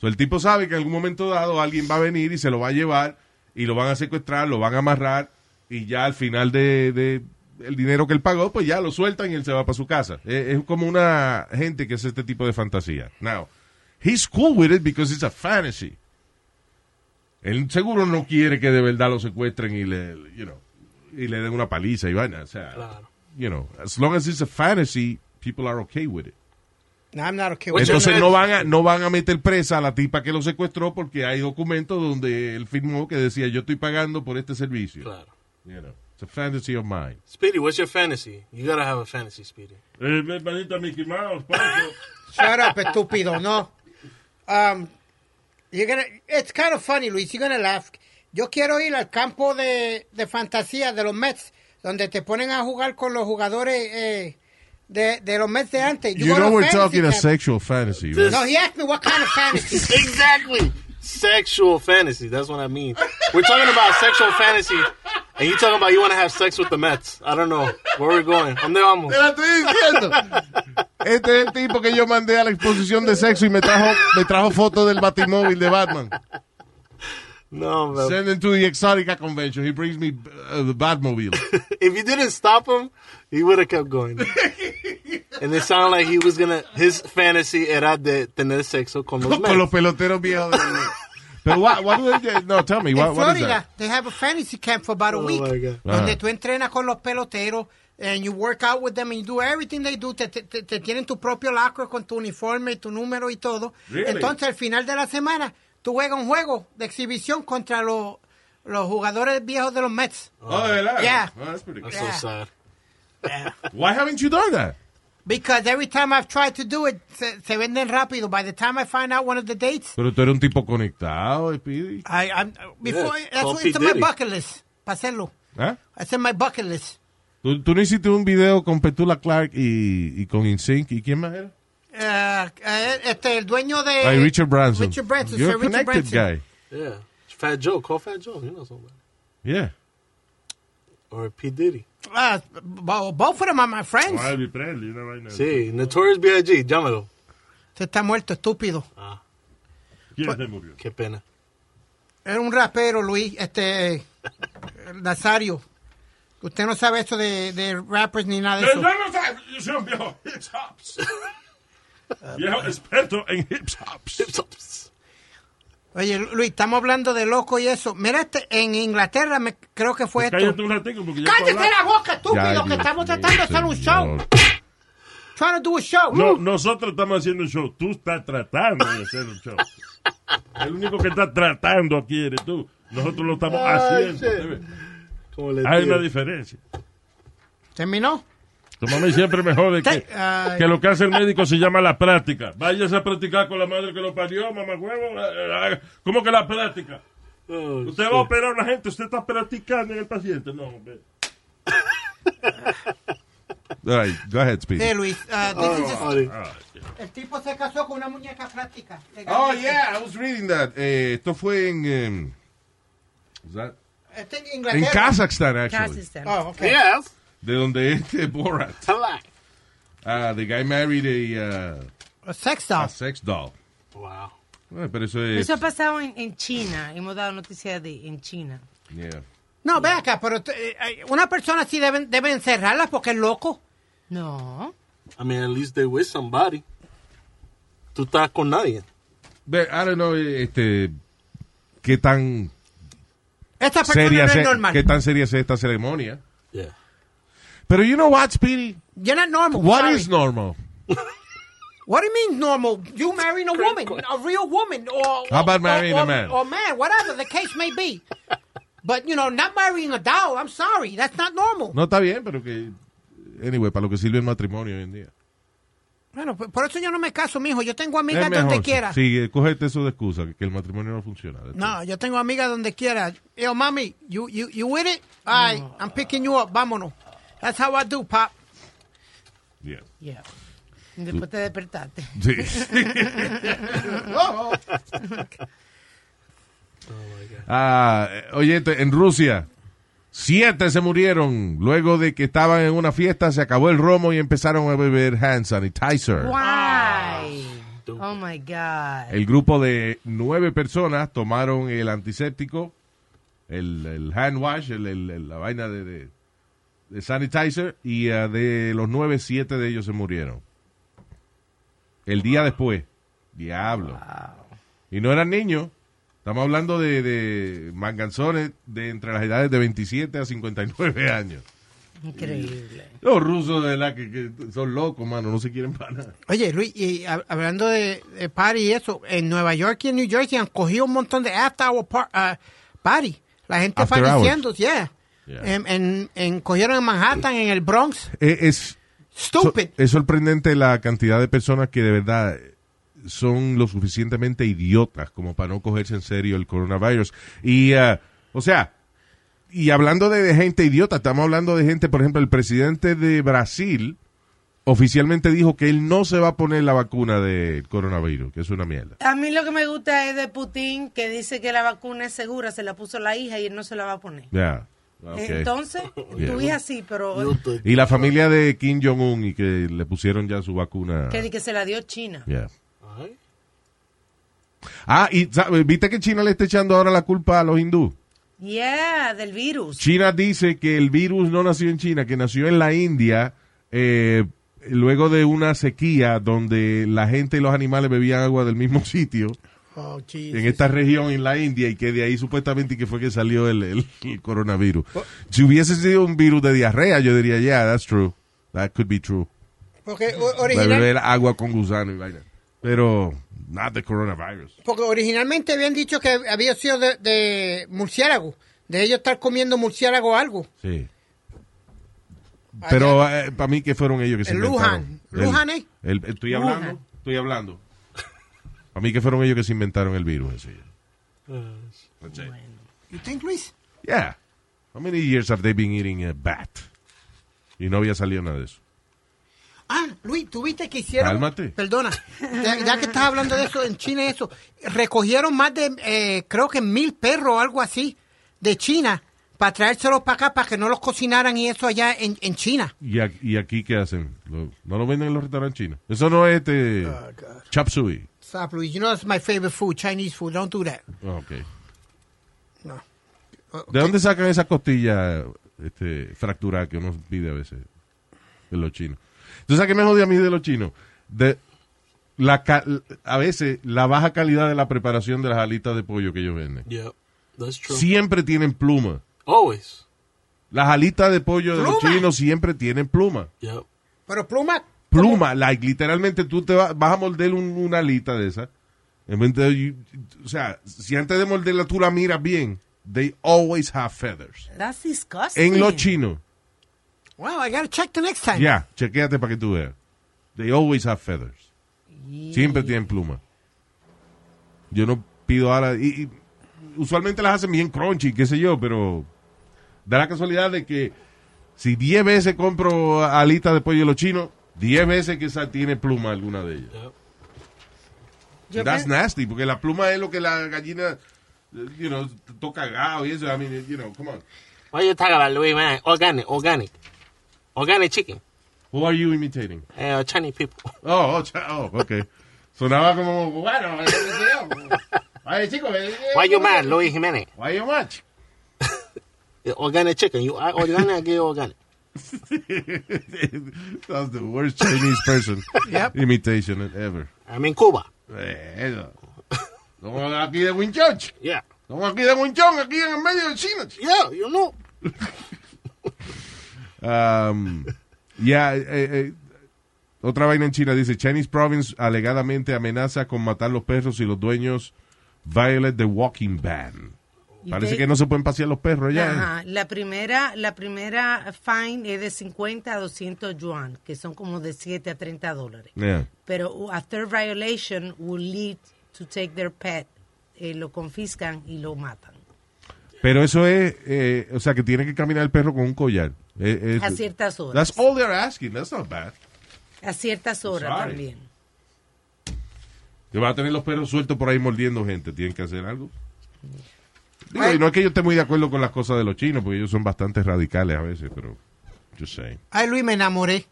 Speaker 5: So, el tipo sabe que en algún momento dado alguien va a venir y se lo va a llevar y lo van a secuestrar, lo van a amarrar y ya al final de, de el dinero que él pagó, pues ya lo sueltan y él se va para su casa. Eh, Es, como una gente que hace este tipo de fantasía. Now, he's cool with it because it's a fantasy. Él seguro no quiere que de verdad lo secuestren y le, you know, y le den una paliza y vaina. O sea, you know, as long as it's a fantasy, people are okay with it.
Speaker 7: No, I'm not okay with it.
Speaker 5: Entonces no van a no van a meter presa a la tipa que lo secuestró porque hay documentos donde él firmó que decía yo estoy pagando por este servicio.
Speaker 6: Claro.
Speaker 5: You know, it's a fantasy of mine.
Speaker 6: Speedy, what's your fantasy? You gotta have a fantasy, Speedy.
Speaker 9: Eh, me manita Mickey Mouse, Paco.
Speaker 7: Shut up, estúpido, no. Um, you're gonna, it's kind of funny, Luis, you're gonna laugh. Yo quiero ir al campo de, de fantasía de los Mets, donde te ponen a jugar con los jugadores eh, de, de los Mets de antes.
Speaker 5: You,
Speaker 7: go
Speaker 5: know
Speaker 7: to
Speaker 5: we're
Speaker 7: fantasy
Speaker 5: talking a
Speaker 7: camp.
Speaker 5: sexual fantasy. Right?
Speaker 6: This-
Speaker 7: No, he asked me what kind of fantasy.
Speaker 6: exactly. Sexual fantasy. That's what I mean. We're talking about sexual fantasy, and you talking about you want to have sex with the Mets. I don't know where we're going. ¿Dónde vamos?
Speaker 5: Te la estoy diciendo. Este es el tipo que yo mandé a la exposición de sexo y me trajo me trajo fotos del batimóvil de Batman.
Speaker 6: No, man.
Speaker 5: Send it to the Exotica convention. He brings me uh, the Batmobile.
Speaker 6: if you didn't stop him, he would have kept going. and it sounded like he was gonna. His fantasy era de tener sexo con los
Speaker 5: Con los
Speaker 6: Mets.
Speaker 5: peloteros viejos. de- Pero what, what do they, no, tell me, what,
Speaker 7: en
Speaker 5: what is
Speaker 7: Florida,
Speaker 5: that?
Speaker 7: they have a fantasy camp for about a
Speaker 6: Oh,
Speaker 7: week,
Speaker 6: my God.
Speaker 7: donde
Speaker 5: Ajá.
Speaker 7: tú entrenas con los peloteros, and you work out with them, and you do everything they do. Te, te- te- te tienen tu propio lacro con tu uniforme, y tu número y todo.
Speaker 9: Really?
Speaker 7: Entonces, al final de la semana, tú juegas un juego de exhibición contra los, los jugadores viejos de los Mets.
Speaker 5: Oh, de verdad.
Speaker 7: Yeah.
Speaker 5: Oh, that's pretty cool.
Speaker 6: I'm so sad.
Speaker 5: Why haven't you done that?
Speaker 7: Because every time I've tried to do it, se, se venden rápido. By the time I find out one of the dates,
Speaker 5: Pero tú eres un tipo conectado, eh, Speedy.
Speaker 7: I, I'm, before,
Speaker 6: Yeah,
Speaker 7: that's
Speaker 6: call
Speaker 7: what-
Speaker 6: P.
Speaker 7: it's on my
Speaker 6: Diddy.
Speaker 7: bucket list. Para hacerlo.
Speaker 5: ¿Ah?
Speaker 7: It's in my bucket list.
Speaker 5: ¿Tú, tú no hiciste un video con Petula Clark y, y con InSync. ¿Y quién más era?
Speaker 7: Eh, eh, este, el dueño de...
Speaker 5: Ay, Richard Branson.
Speaker 7: Richard Branson,
Speaker 5: You're
Speaker 7: Sir
Speaker 5: a
Speaker 7: Richard
Speaker 5: connected
Speaker 7: Branson.
Speaker 5: guy.
Speaker 6: Yeah, Fat Joe. Call Fat Joe. He knows somebody.
Speaker 5: Yeah.
Speaker 6: Or P Diddy.
Speaker 7: Ah, bo- both of them are my friends.
Speaker 9: Wiley Presley, una vaina.
Speaker 6: Sí, Notorious B.I.G. Llámalo.
Speaker 7: Se Este está muerto, estúpido.
Speaker 9: ¿Quién se murió?
Speaker 6: Qué pena.
Speaker 7: Era un rapero, Luis, este... eh, Nazario. Usted no sabe eso de, de rappers ni nada de
Speaker 9: Pero
Speaker 7: eso.
Speaker 9: yo no sé, yo soy un viejo hip hops. viejo experto en hip hops.
Speaker 6: Tips ups.
Speaker 7: Oye, Luis, estamos hablando de loco y eso. Mira, este, en Inglaterra me, creo que fue esto.
Speaker 9: Cállate un ratico porque ya
Speaker 7: ¡Cállese
Speaker 9: puedo hablar.
Speaker 7: la boca,
Speaker 5: Ya,
Speaker 7: estúpido, que
Speaker 5: Dios
Speaker 7: estamos
Speaker 5: mío,
Speaker 7: tratando de hacer un show.
Speaker 5: señor.
Speaker 7: Trying to do a show. Uh,
Speaker 9: No, nosotros estamos haciendo un show. Tú estás tratando de hacer un show. El único que está tratando aquí eres tú. Nosotros lo estamos
Speaker 6: Ay,
Speaker 9: haciendo.
Speaker 6: Como le
Speaker 9: Hay
Speaker 6: digo.
Speaker 9: una diferencia.
Speaker 7: ¿Terminó?
Speaker 9: Tu mami siempre me jode que,
Speaker 7: Te- ay.
Speaker 9: que lo que hace el médico se llama la práctica. Váyase a practicar con la madre que lo parió, mamá huevo. eh, ¿Cómo que la práctica?
Speaker 6: Oh,
Speaker 9: Usted va a operar a una gente, usted está practicando en el paciente. No, hombre.
Speaker 5: All right, go ahead, Speedy.
Speaker 7: Eh, Luis, ah, this is just-
Speaker 6: Ari.
Speaker 7: el tipo se casó con una muñeca práctica.
Speaker 5: Oh, yeah, I was reading that. Eh, esto fue en... em, was that-
Speaker 7: Este en
Speaker 5: en
Speaker 7: Inglaterra.
Speaker 5: Kazakhstan, actually.
Speaker 8: Kazakhstan.
Speaker 7: Oh, okay.
Speaker 6: Yes.
Speaker 5: De donde este Borat.
Speaker 6: Hello.
Speaker 5: Ah, the guy married a, uh,
Speaker 7: A sex
Speaker 5: a
Speaker 7: doll.
Speaker 5: sex doll.
Speaker 6: Wow.
Speaker 5: Bueno, pero eso es...
Speaker 8: Eso ha pasado en, en China. Hemos dado noticias de en China.
Speaker 5: Yeah.
Speaker 7: No, ve acá, pero eh, eh, una persona así deben, deben encerrarla porque es loco.
Speaker 8: No.
Speaker 6: I mean, at least they with somebody. Tú estás con nadie.
Speaker 5: But I don't know, eh, este... ¿Qué tan
Speaker 7: Esta persona
Speaker 5: seria,
Speaker 7: no
Speaker 5: se-
Speaker 7: es normal.
Speaker 5: qué tan seria es esta ceremonia?
Speaker 6: Yeah.
Speaker 5: Pero you know what, Speedy?
Speaker 7: You're not normal.
Speaker 5: What
Speaker 7: sorry.
Speaker 5: is normal?
Speaker 7: What do you mean normal? You marrying a woman, a real woman, or
Speaker 5: How about
Speaker 7: or-
Speaker 5: marrying
Speaker 7: or,
Speaker 5: a man?
Speaker 7: or man, whatever the case may be. But you know, not marrying a doll. I'm sorry, that's not normal.
Speaker 5: No está bien, pero que. Anyway, para lo que sirve el matrimonio hoy en día.
Speaker 7: Bueno, por por eso yo no me caso, mijo. Yo tengo
Speaker 5: Es
Speaker 7: amigas
Speaker 5: mejor,
Speaker 7: donde
Speaker 5: sí.
Speaker 7: quiera.
Speaker 5: Sí, eh, cógete eso de excusa, que el matrimonio no funciona.
Speaker 7: No, yo tengo amigas donde quiera. Yo, mami, you, you, you with it? All right, I'm picking you up. Vámonos. That's how I do, pop.
Speaker 5: Yeah.
Speaker 8: Yeah. Y Después te despertaste.
Speaker 5: Sí. Ah, eh, oye, este, en Rusia, siete se murieron luego de que estaban en una fiesta, se acabó el romo y empezaron a beber hand sanitizer.
Speaker 8: Why? Oh my God.
Speaker 5: El grupo de nueve personas tomaron el antiséptico el, el hand wash, el- el- el- la vaina de, de- de sanitizer, y ah, de los nueve, siete de ellos se murieron. El día después. Diablo. Y no eran niños. Estamos hablando de, de manganzones de entre las edades de 27 a 59 años.
Speaker 8: Increíble.
Speaker 5: Los rusos de la que, que son locos, mano, no se quieren para nada.
Speaker 7: Oye, Luis, y hab- hablando de, de party y eso, en Nueva York y en New Jersey han cogido un montón de after hour par- ah, party. La gente
Speaker 5: After
Speaker 7: pareciendo, yeah.
Speaker 5: Yeah.
Speaker 7: En, en- en- cogieron en Manhattan, en el Bronx.
Speaker 5: Eh, Es,
Speaker 7: Stupid.
Speaker 5: so- eh, es sorprendente la cantidad de personas que de verdad eh, son lo suficientemente idiotas como para no cogerse en serio el coronavirus. Y, ah, o sea, y hablando de, de gente idiota, estamos hablando de gente, por ejemplo, el presidente de Brasil oficialmente dijo que él no se va a poner la vacuna del coronavirus, que es una mierda.
Speaker 8: A mí lo que me gusta es de Putin que dice que la vacuna es segura, se la puso la hija y él no se la va a poner.
Speaker 5: Ya. ah, Ok.
Speaker 8: Entonces, tu
Speaker 5: Yeah.
Speaker 8: hija sí, pero
Speaker 6: You do-
Speaker 5: Y la familia de Kim Jong-un y que le pusieron ya su vacuna.
Speaker 8: que, di que se la dio China.
Speaker 5: Yeah.
Speaker 6: Ay.
Speaker 5: Ah, y ¿sabe? viste que China le está echando ahora la culpa a los hindú.
Speaker 8: Yeah, del virus.
Speaker 5: China dice que el virus no nació en China, que nació en la India eh, luego de una sequía donde la gente y los animales bebían agua del mismo sitio
Speaker 7: Oh,
Speaker 5: en esta región en la India y que de ahí supuestamente que fue que salió el, el- el coronavirus. Si hubiese sido un virus de diarrea, yo diría, yeah, that's true. That could be true.
Speaker 7: Porque,
Speaker 5: De beber agua con gusano y vaina. Pero, not the coronavirus.
Speaker 7: Porque originalmente habían dicho que había sido de, de murciélago, de ellos estar comiendo murciélago o algo.
Speaker 5: Sí. Pero para mí que fueron ellos que se
Speaker 7: En
Speaker 5: inventaron.
Speaker 7: Luján.
Speaker 5: El-
Speaker 7: Luján, ¿eh?
Speaker 5: el- estoy hablando,
Speaker 7: Luján.
Speaker 5: estoy hablando. Para mí que fueron ellos que se inventaron el virus. Eso ya. That's it.
Speaker 7: You think, Luis?
Speaker 5: Yeah. How many years have they been eating a bat? Y no había salido nada de eso.
Speaker 7: Ah, Luis, tuviste que hicieron.
Speaker 5: Cálmate.
Speaker 7: Perdona. Ya, ya que estás hablando de eso en China, y eso. Recogieron más de, eh, creo que mil perros o algo así, de China, para traérselos para acá, para que no los cocinaran y eso allá en, en China.
Speaker 5: ¿Y, a- y aquí qué hacen? Lo- ¿No lo venden en los restaurantes chinos? Eso no es este... chop suey.
Speaker 7: Stop, Luis. You know that's my favorite food, Chinese food. Don't do that.
Speaker 5: Ah, ok.
Speaker 7: No.
Speaker 5: ¿De dónde sacan esas costillas este, fracturadas que uno pide a veces de los chinos? ¿Tú sabes qué me jodía a mí de los chinos? De la ca- a veces la baja calidad de la preparación de las alitas de pollo que ellos venden.
Speaker 6: Yep, that's true.
Speaker 5: Siempre tienen pluma.
Speaker 6: Always.
Speaker 5: Las alitas de pollo de los
Speaker 7: ¿Pluma?
Speaker 5: chinos siempre tienen pluma.
Speaker 6: Yep.
Speaker 7: Pero pluma.
Speaker 5: Pluma, like, literalmente tú te va- vas a morder un- una alita de esa. En vez de- you- o sea, si antes de morderla tú la miras bien, they always have feathers.
Speaker 8: That's disgusting.
Speaker 5: En los chinos.
Speaker 7: Wow, I gotta check the next time.
Speaker 5: Ya, chequéate para que tú veas. They always have feathers. Siempre tienen pluma. Yo no pido ahora. Y, y usualmente las hacen bien crunchy, qué sé yo, pero da la casualidad de que si 10 veces compro alitas de pollo de los chinos, 10 veces que esa tiene pluma alguna de ellas.
Speaker 8: Yo
Speaker 5: That's
Speaker 8: pen-
Speaker 5: nasty, porque la pluma es lo que la gallina, you know, toca cagado y eso. I mean, you know, come on.
Speaker 6: Why you talking about Louis man? Organic, organic, organic chicken.
Speaker 5: Who are you imitating?
Speaker 6: Uh, Chinese people.
Speaker 5: Oh, oh, cha- oh, ok. Sonaba como, bueno, eh, qué sé yo. Ay, chico, eh, eh,
Speaker 6: Why you mad, Louis Jimenez?
Speaker 5: Why you mad?
Speaker 6: Yeah, Organic chicken. You are organic, I get organic.
Speaker 5: That's the worst Chinese person
Speaker 7: Yep.
Speaker 5: imitation ever.
Speaker 6: I'm in Cuba.
Speaker 5: Eh, eso. Somos aquí de Winchurch.
Speaker 6: Yeah.
Speaker 5: Somos aquí de Winchon, aquí en el medio de China. chico.
Speaker 6: Yeah, you know.
Speaker 5: Um, yeah, eh, eh, otra vaina en China dice, Chinese province alegadamente amenaza con matar los perros y los dueños violate the walking ban.
Speaker 8: Y
Speaker 5: Parece
Speaker 8: te-
Speaker 5: que no se pueden pasear los perros ya.
Speaker 8: Ajá, La primera, la primera fine es de 50 a 200 yuan, que son como de 7 a 30 dólares.
Speaker 5: Yeah.
Speaker 8: Pero after violation will lead to take their pet, eh, lo confiscan y lo matan.
Speaker 5: Pero eso es, eh, o sea, que tiene que caminar el perro con un collar. Eh, eh,
Speaker 8: A ciertas horas.
Speaker 5: That's all they're asking. That's not bad.
Speaker 8: A ciertas horas
Speaker 5: Sorry.
Speaker 8: también.
Speaker 5: Que va a tener los perros sueltos por ahí mordiendo gente. Tienen que hacer algo. Digo,
Speaker 7: Ay.
Speaker 5: y no es que yo esté muy de acuerdo con las cosas de los chinos, porque ellos son bastante radicales a veces, pero. Yo sé.
Speaker 7: Ay, Luis, me enamoré.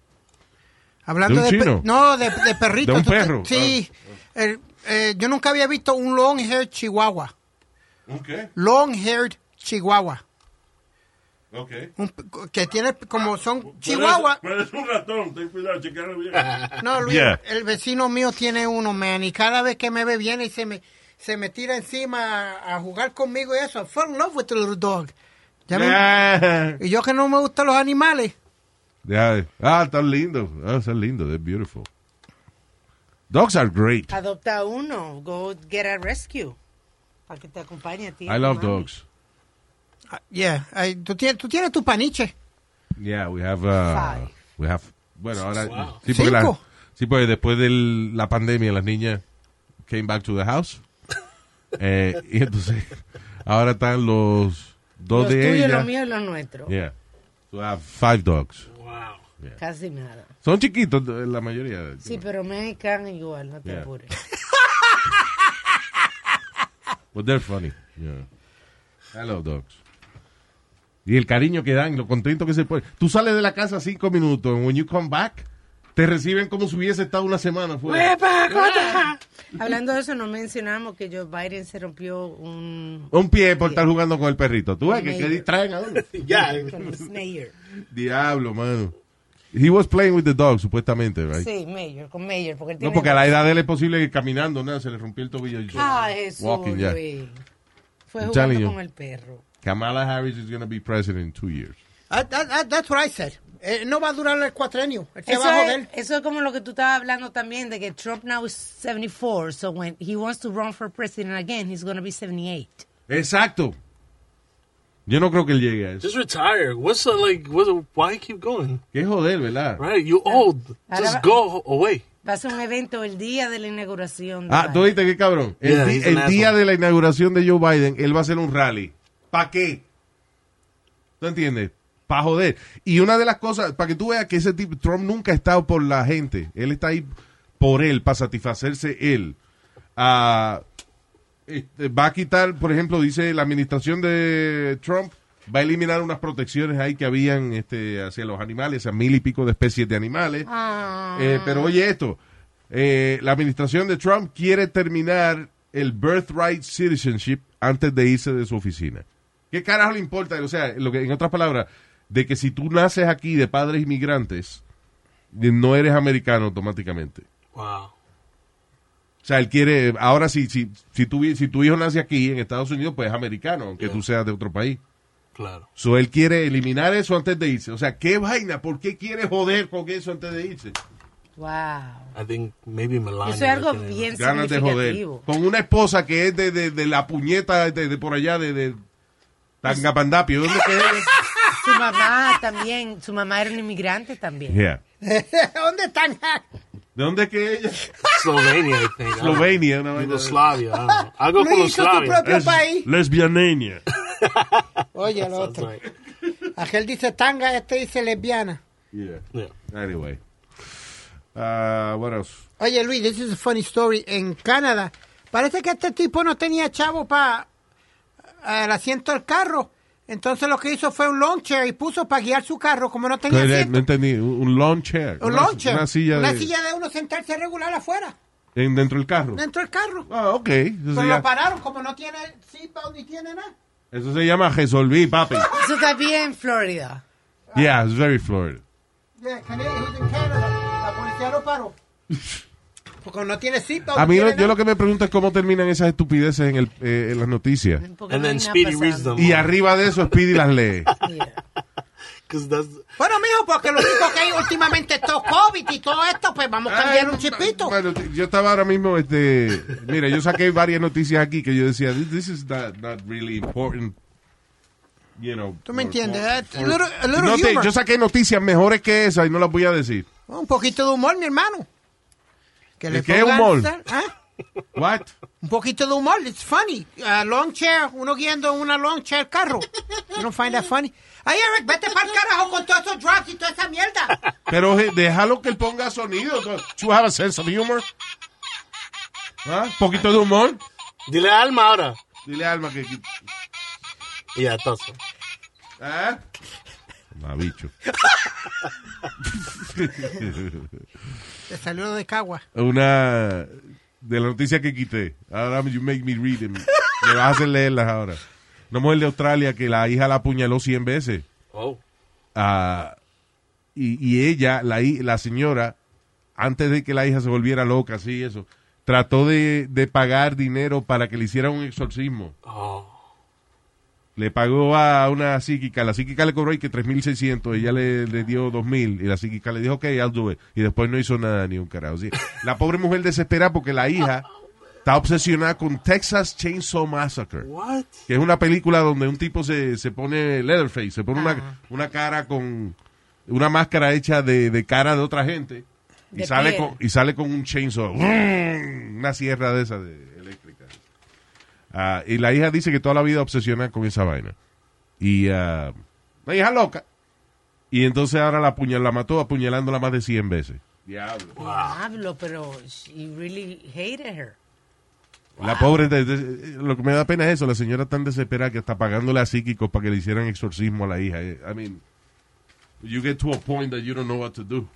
Speaker 7: Hablando
Speaker 5: ¿De un
Speaker 7: pe-
Speaker 5: chino?
Speaker 7: No, de, de perrito.
Speaker 5: ¿De un
Speaker 7: Tú te-
Speaker 5: perro? Ah.
Speaker 7: Sí. El- eh, yo nunca había visto un long-haired chihuahua.
Speaker 5: ¿Un qué?
Speaker 7: Long-haired chihuahua.
Speaker 5: Ok.
Speaker 7: Un p- que tiene como son chihuahua.
Speaker 9: Pero es un ratón, ten cuidado, checarlo bien.
Speaker 7: No, Luis,
Speaker 5: Yeah.
Speaker 7: el vecino mío tiene uno, man, y cada vez que me ve viene y se me, se me tira encima a, a jugar conmigo y eso. I fell in love with the little dog. Ya me-
Speaker 5: Ah,
Speaker 7: Y yo que no me gustan los animales.
Speaker 5: ya. Ah, tan lindo. Ah, tan lindo. They're beautiful. Dogs are great.
Speaker 8: Adopta uno. Go get a rescue. Para que te acompañe a ti.
Speaker 5: I love
Speaker 8: mami.
Speaker 5: dogs.
Speaker 7: Ah, Yeah, ay, tú, tienes, tú tienes tu paniche.
Speaker 5: Yeah, we have. Uh,
Speaker 8: Five.
Speaker 5: we have. Bueno, ahora.
Speaker 6: Wow.
Speaker 5: Sí, porque, la-
Speaker 7: Cinco.
Speaker 5: sí, porque después de la pandemia las niñas came back to the house. Eh, y entonces ahora están los dos
Speaker 8: Los
Speaker 5: de
Speaker 8: tuyos,
Speaker 5: ellas.
Speaker 8: los míos y los nuestros.
Speaker 5: Yeah. So I have five dogs.
Speaker 6: Wow.
Speaker 8: Casi nada.
Speaker 5: Son chiquitos eh, la mayoría.
Speaker 8: Sí, pero me cagan igual, no te
Speaker 5: Yeah.
Speaker 8: apures.
Speaker 5: But they're funny. Yeah. I love dogs. Y el cariño que dan, lo contento que se pone. Tú sales de la casa cinco minutos, and when you come back, te reciben como si hubiese estado una semana fuera.
Speaker 8: ¡Epa, cota! Hablando de eso, no mencionamos que Joe Biden se rompió un...
Speaker 5: Un pie por estar jugando con el perrito. Tú ves que, que
Speaker 8: Amazing.
Speaker 5: distraen a uno.
Speaker 6: Yeah.
Speaker 8: con un mayor.
Speaker 5: Diablo, mano. He was playing with the dog, supuestamente, right?
Speaker 8: Sí, mayor, con mayor, porque él
Speaker 5: No,
Speaker 8: tiene...
Speaker 5: porque a la edad de él es posible que caminando, nada, se le rompió el tobillo. y-
Speaker 8: Ah, Jesús,
Speaker 5: Walking, yeah.
Speaker 8: Luis. Fue
Speaker 5: I'm telling you.
Speaker 8: jugando con el perro.
Speaker 5: Kamala Harris is going to be president in two years.
Speaker 7: Ah, that- that- that's what I said. Eh, no va a durar el cuatrenio. Él se
Speaker 8: Eso
Speaker 7: va a
Speaker 8: es,
Speaker 7: joder.
Speaker 8: eso es como lo que tú estabas hablando también, de que Trump now is 74, so when he wants to run for president again, he's going to be 78.
Speaker 5: Exacto. Yo no creo que él llegue a eso.
Speaker 6: Just retire. What's the, like? What's the, why keep going?
Speaker 5: Qué joder, ¿verdad?
Speaker 6: Right? You old. Just go away.
Speaker 8: Va a ser un evento el día de la inauguración. de
Speaker 5: Ah, tú
Speaker 8: Biden.
Speaker 5: viste qué cabrón. El,
Speaker 6: Yeah,
Speaker 5: di-
Speaker 6: he's an
Speaker 5: el día
Speaker 6: asshole.
Speaker 5: de la inauguración de Joe Biden, él va a hacer un rally. ¿Para qué? ¿Tú entiendes? Para joder. Y una de las cosas, para que tú veas que ese tipo, Trump nunca ha estado por la gente. Él está ahí por él, para satisfacerse él. Ah, este, va a quitar, por ejemplo, dice la administración de Trump, va a eliminar unas protecciones ahí que habían este, hacia los animales, a mil y pico de especies de animales.
Speaker 8: Ah.
Speaker 5: Eh, pero oye esto, eh, la administración de Trump quiere terminar el birthright citizenship antes de irse de su oficina. ¿Qué carajo le importa? O sea, lo que, en otras palabras, de que si tú naces aquí de padres inmigrantes, eh, no eres americano automáticamente.
Speaker 6: Wow.
Speaker 5: O sea, él quiere, ahora si, si, si, tu, hi- si tu hijo nace aquí en Estados Unidos, pues es americano, aunque
Speaker 6: Yeah.
Speaker 5: tú seas de otro país.
Speaker 6: Claro.
Speaker 5: So, él quiere eliminar eso antes de irse. O sea, ¿qué vaina? ¿Por qué quiere joder con eso antes de irse? Ah,
Speaker 8: Wow.
Speaker 6: I think maybe Melania.
Speaker 8: Eso es algo
Speaker 6: can-
Speaker 8: bien
Speaker 5: ganas de joder.
Speaker 8: significativo.
Speaker 5: Con una esposa que es de, de, de la puñeta de, de por allá, de, de Tangapandapio. ¿Dónde que es?
Speaker 8: Su mamá también, su mamá era un inmigrante también.
Speaker 5: Yeah.
Speaker 7: ¿Dónde están?
Speaker 5: ¿De dónde es que ella?
Speaker 6: Slovenia, I think. I don't know.
Speaker 5: Eslovenia, una vaina.
Speaker 6: Yugoslavia. I don't know. I'll go for
Speaker 7: Luis hizo tu
Speaker 6: Yugoslavia.
Speaker 7: propio país.
Speaker 9: Lesbianenia.
Speaker 7: Oye, el
Speaker 6: That's
Speaker 7: otro.
Speaker 6: right.
Speaker 7: Aquel dice tanga, este dice lesbiana.
Speaker 5: Yeah.
Speaker 6: Yeah.
Speaker 5: Anyway. Ah, what else?
Speaker 7: Oye, Luis, this is a funny story. En Canadá, parece que este tipo no tenía chavo para el asiento del carro. Entonces lo que hizo fue un lawn chair y puso para guiar su carro, como no tenía
Speaker 5: No
Speaker 7: asiento.
Speaker 5: entendí. Un un lawn chair.
Speaker 7: Un
Speaker 5: Una-
Speaker 7: lawn chair.
Speaker 5: Una silla, de,
Speaker 7: uno sentarse regular afuera,
Speaker 5: en- dentro del carro.
Speaker 7: dentro del carro.
Speaker 5: Ah, ok. Eso
Speaker 7: Pero
Speaker 5: se,
Speaker 7: lo
Speaker 5: llama,
Speaker 7: pararon, como no tiene seatbelt ni tiene nada.
Speaker 5: eso se llama resolví, papi.
Speaker 8: Eso está bien en Florida.
Speaker 5: Yeah, it's very Florida.
Speaker 7: Yeah, Canadá, he was in Canada. La policía lo paró. Porque no tiene seatbelt.
Speaker 5: A
Speaker 7: no
Speaker 5: mí lo-
Speaker 7: tiene
Speaker 5: yo
Speaker 7: nada.
Speaker 5: lo que me pregunto es cómo terminan esas estupideces en, el, eh, en las noticias.
Speaker 8: Porque
Speaker 6: And
Speaker 8: no
Speaker 6: then
Speaker 8: hay nada
Speaker 6: Speedy reads
Speaker 8: pasando.
Speaker 6: them.
Speaker 5: Y arriba de eso, Speedy las lee.
Speaker 8: Yeah.
Speaker 6: Because that's.
Speaker 7: Bueno, mijo, porque lo único que hay últimamente es todo COVID y todo esto, pues vamos a cambiar un chipito.
Speaker 5: Ah, Bueno, t- yo estaba ahora mismo, este, mira, yo saqué varias noticias aquí que yo decía, this, this is not, not really important, you know.
Speaker 7: Tú me
Speaker 5: for-
Speaker 7: entiendes,
Speaker 5: for-
Speaker 7: eh, a little- a little
Speaker 5: No te-
Speaker 7: humor.
Speaker 5: yo saqué noticias mejores que esas y no las voy a decir.
Speaker 7: Un poquito de humor, mi hermano. Que
Speaker 5: ¿De qué
Speaker 7: pongan
Speaker 5: humor?
Speaker 7: sal- ¿Ah?
Speaker 5: What?
Speaker 7: Un poquito de humor, it's funny. A long chair, uno guiando una long chair carro. You don't find that funny. Ay, Eric, vete para el carajo con todos esos drops y toda esa mierda.
Speaker 5: Pero eh, déjalo que él ponga sonido. Do You have a sense of humor. ¿Ah? Poquito de humor.
Speaker 6: Dile alma ahora.
Speaker 5: Dile alma que.
Speaker 6: Yeah, I thought so.
Speaker 5: ¿Ah? Mabicho.
Speaker 7: Te salió de cagua.
Speaker 5: una de la noticia que quité. Ahora you make me read them. Me vas a hacer leerlas ahora. Una mujer de Australia que la hija la apuñaló 100 veces.
Speaker 6: Oh.
Speaker 5: Ah, y, y ella, la, hi- la señora, antes de que la hija se volviera loca, así, eso, trató de, de pagar dinero para que le hicieran un exorcismo.
Speaker 6: Oh.
Speaker 5: Le pagó a una psíquica, la psíquica le cobró y que 3.600, ella le, le dio 2.000 y la psíquica le dijo, ok, I'll do it. Y después no hizo nada ni un carajo. Sí, La pobre mujer desespera porque la hija está obsesionada con Texas Chainsaw Massacre
Speaker 6: What?
Speaker 5: que es una película donde un tipo se, se pone Leatherface, se pone una, una cara con una máscara hecha de, de cara de otra gente y
Speaker 8: De
Speaker 5: sale
Speaker 8: piel.
Speaker 5: con y sale con un chainsaw, una sierra de esa eléctrica. Ah, y la hija dice que toda la vida obsesiona con esa vaina. Y ah, la hija loca. Y entonces ahora la apuñal, la mató apuñalándola más de 100 veces.
Speaker 8: Diablo, pero she really hated her.
Speaker 5: La pobre, de- de- lo que me da pena es eso, la señora tan desesperada que está pagándole a psíquicos para que le hicieran exorcismo a la hija. Eh, I mean, you get to a point that you don't know what to do.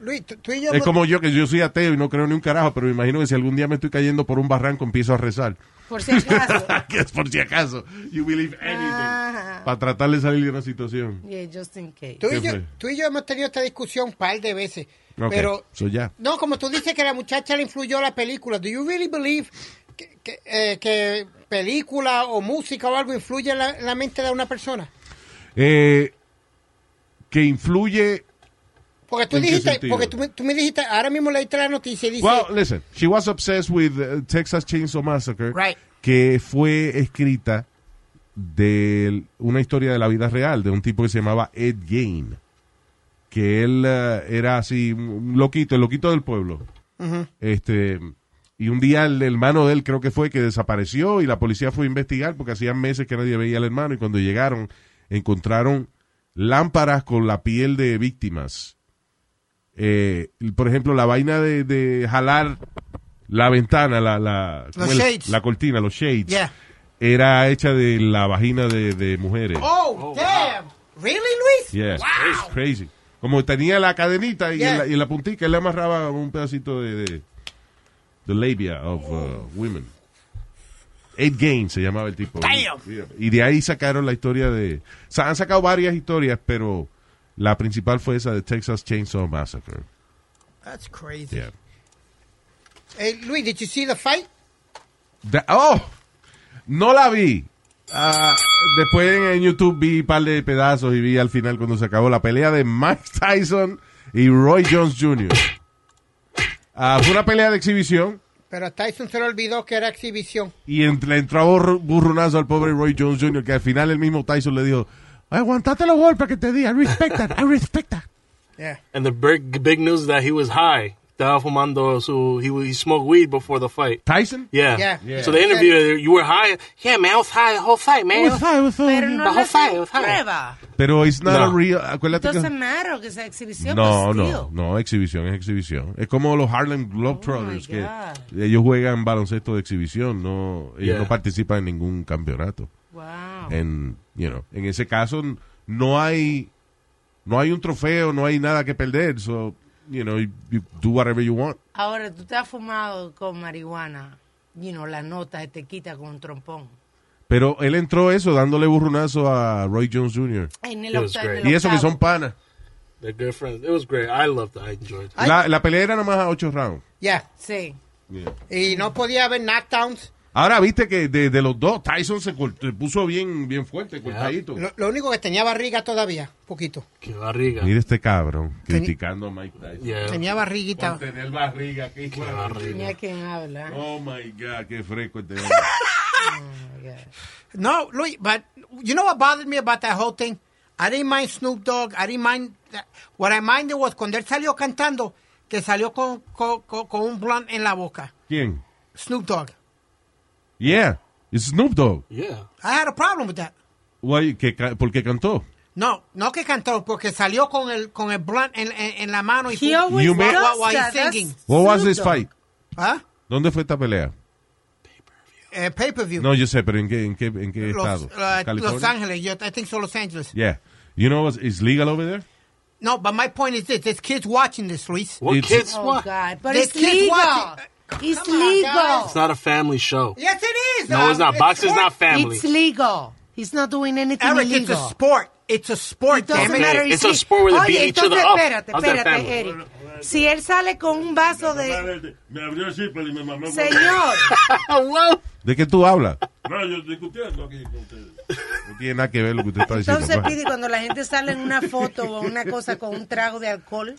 Speaker 7: Luis, tú, tú y yo.
Speaker 5: Es
Speaker 7: hemos-
Speaker 5: como yo, que yo soy ateo y no creo ni un carajo, pero me imagino que si algún día me estoy cayendo por un barranco, empiezo a rezar.
Speaker 8: Por si acaso.
Speaker 5: que es por si acaso, you believe anything.
Speaker 8: Ah,
Speaker 5: Para tratar de salir de una situación.
Speaker 8: yeah, just in case.
Speaker 7: Tú y,
Speaker 5: ¿Qué
Speaker 7: yo,
Speaker 5: fue?
Speaker 7: tú y yo hemos tenido esta discusión un par de veces.
Speaker 5: Ok,
Speaker 7: Pero,
Speaker 5: so ya.
Speaker 7: no, como tú dices que la muchacha le influyó la película, ¿do you really believe que, que, eh, que película o música o algo influye en la, en la mente de una persona?
Speaker 5: Eh, que influye...
Speaker 7: Porque tú
Speaker 5: ¿En qué
Speaker 7: dijiste,
Speaker 5: sentido?
Speaker 7: porque tú, me- tú me dijiste, ahora mismo leíste la noticia y dice,
Speaker 5: Well, listen, she was obsessed with uh, Texas Chainsaw Massacre,
Speaker 8: Right.
Speaker 5: que fue escrita de una historia de la vida real de un tipo que se llamaba Ed Gain, que él uh, era así un loquito, el loquito del pueblo. Este y un día el hermano de él creo que fue que desapareció y la policía fue a investigar porque hacían meses que nadie veía al hermano y cuando llegaron encontraron lámparas con la piel de víctimas eh, por ejemplo, la vaina de, de jalar la ventana, la, la, ¿cómo
Speaker 7: Los
Speaker 5: es?
Speaker 7: shades.
Speaker 5: la cortina, los shades,
Speaker 7: Yeah.
Speaker 5: era hecha de la vagina de, de mujeres.
Speaker 7: oh, damn, really, Luis?
Speaker 5: ah. Yeah. It's crazy. Como tenía la cadenita y,
Speaker 7: Yeah.
Speaker 5: en la, y en la puntica, él le amarraba un pedacito de, de the labia of uh, women. Ed Gain se llamaba el tipo.
Speaker 7: Damn.
Speaker 5: Y de ahí sacaron la historia de... O sea, han sacado varias historias, pero la principal fue esa de Texas Chainsaw Massacre.
Speaker 7: That's crazy.
Speaker 5: Yeah.
Speaker 7: Hey, Luis, did you see the fight?
Speaker 5: Da- oh, no la vi. Ah, después en, en YouTube vi un par de pedazos y vi al final cuando se acabó la pelea de Mike Tyson y Roy Jones Jr. Ah, fue una pelea de exhibición
Speaker 7: Pero a Tyson se le olvidó que era exhibición.
Speaker 5: y ent- le entró a borr- burronazo al pobre Roy Jones Jr. que al final el mismo Tyson le dijo, aguantate los golpes que te di, I respect that, I respect that.
Speaker 7: Yeah.
Speaker 6: And the big, big news is that he was high. Estaba fumando su, he, he smoked weed before the fight.
Speaker 5: Tyson?
Speaker 6: Yeah.
Speaker 7: Yeah. Yeah.
Speaker 6: So the interview, you were high. Yeah, man, I was high the whole fight, man.
Speaker 5: What's up, what's up?
Speaker 8: Pero no
Speaker 6: Bajo
Speaker 8: le
Speaker 6: feo,
Speaker 8: hacen
Speaker 6: feo.
Speaker 8: prueba.
Speaker 5: Pero it's not
Speaker 6: No.
Speaker 5: a real, acuérdate que...
Speaker 8: Doesn't matter que sea exhibición.
Speaker 5: No,
Speaker 8: but still.
Speaker 5: no, no, exhibición es exhibición. Es como los Harlem Globetrotters,
Speaker 8: Oh, my
Speaker 5: que
Speaker 8: God.
Speaker 5: ellos juegan baloncesto de exhibición, no, ellos
Speaker 6: Yeah.
Speaker 5: no participan en ningún campeonato.
Speaker 8: Wow.
Speaker 5: En, you know, en ese caso no hay, no hay un trofeo, no hay nada que perder, so, you know, you, you do whatever you want.
Speaker 8: Ahora, tú te has fumado con marihuana, you know, la nota te quita con un trompón.
Speaker 5: Pero él entró eso, dándole burrunazo a Roy Jones Jr.
Speaker 8: En el
Speaker 6: It was
Speaker 8: octa- en
Speaker 6: great.
Speaker 8: el
Speaker 5: Y eso que son
Speaker 8: octavo.
Speaker 5: panas.
Speaker 6: They're good friends. It was great. I loved it. I enjoyed it.
Speaker 5: La, la pelea era nomás a ocho rounds.
Speaker 7: Yeah.
Speaker 8: Sí.
Speaker 5: Yeah.
Speaker 7: Y no podía haber knockdowns.
Speaker 5: Ahora viste que de, de los dos, Tyson se, cort- se puso bien, bien fuerte, cortadito.
Speaker 7: Lo, lo único que tenía barriga todavía, poquito.
Speaker 6: Que barriga.
Speaker 5: Mira este cabrón criticando a Mike Tyson.
Speaker 6: Yeah.
Speaker 7: Tenía barriguita.
Speaker 5: Por tener barriga, qué hijo de-
Speaker 8: Mira quién habla. Oh
Speaker 5: Oh my God, qué fresco este hombre.
Speaker 7: No, Luis, but you know what bothered me about that whole thing? I didn't mind Snoop Dogg. I didn't mind. that. What I minded was cuando él salió cantando, que salió con, con, con- con un blunt en la boca.
Speaker 5: ¿Quién?
Speaker 7: Snoop Dogg.
Speaker 5: Yeah, it's Snoop Dogg.
Speaker 6: Yeah.
Speaker 7: I had a problem with that.
Speaker 5: Why, que ca- ¿Por qué cantó?
Speaker 7: No, no que cantó, porque salió con el, con el blunt en, en, en la mano y
Speaker 8: He
Speaker 7: fue-
Speaker 8: always
Speaker 5: You may-
Speaker 7: Why-
Speaker 8: does
Speaker 7: why
Speaker 8: that.
Speaker 7: he's
Speaker 8: That's
Speaker 7: singing?
Speaker 5: What was
Speaker 8: Snoop
Speaker 5: this
Speaker 8: Dogg.
Speaker 5: fight?
Speaker 7: ¿Ah?
Speaker 5: ¿Dónde fue esta pelea?
Speaker 7: Eh, pay-per-view.
Speaker 5: No, yo sé, pero ¿en qué, en qué, en qué
Speaker 7: Los,
Speaker 5: estado?
Speaker 7: uh,
Speaker 5: ¿California?
Speaker 7: Los Ángeles, yo, I think so Los Angeles.
Speaker 5: Yeah. You know what's it's legal over there?
Speaker 7: No, but my point is this, there's kids watching this, Luis.
Speaker 6: What
Speaker 5: It's-
Speaker 6: kids?
Speaker 8: Oh,
Speaker 6: what?
Speaker 8: God. But
Speaker 7: There's
Speaker 8: it's
Speaker 7: kids
Speaker 8: legal.
Speaker 7: watching-
Speaker 8: It's
Speaker 7: Come on,
Speaker 8: legal.
Speaker 6: It's not a family show.
Speaker 7: Yes, it is.
Speaker 6: No, it's not. Box is
Speaker 7: sport.
Speaker 6: not family.
Speaker 8: It's legal. He's not doing anything
Speaker 7: Eric, it's
Speaker 8: illegal.
Speaker 7: a sport. It's a sport.
Speaker 8: It doesn't
Speaker 7: damn it.
Speaker 8: matter.
Speaker 6: It's
Speaker 8: si-
Speaker 6: a sport where they
Speaker 8: Oye,
Speaker 6: beat each
Speaker 8: entonces,
Speaker 6: other up.
Speaker 8: espérate,
Speaker 6: How's that family?
Speaker 8: espérate, Eric. Si él sale con un vaso de...
Speaker 9: Me abrió el zipper y me mamó. el huevo.
Speaker 8: Señor,
Speaker 5: ¿De qué tú hablas?
Speaker 9: No, yo discutiendo aquí con ustedes.
Speaker 5: No tiene nada que ver lo que usted está diciendo. pues.
Speaker 8: entonces
Speaker 5: ma.
Speaker 8: pide cuando la gente sale en una foto o una cosa con un trago de alcohol,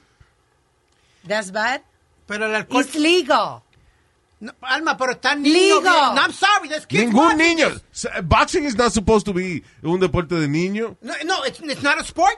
Speaker 8: that's bad.
Speaker 7: Pero el alcohol.
Speaker 8: It's legal.
Speaker 7: No, Alma, pero está niño.
Speaker 8: Legal.
Speaker 7: bien. No, I'm sorry. There's kids
Speaker 5: Ningún
Speaker 7: watching.
Speaker 5: niño. S- Boxing is not supposed to be un deporte de niño.
Speaker 7: No, no it's, it's not a sport.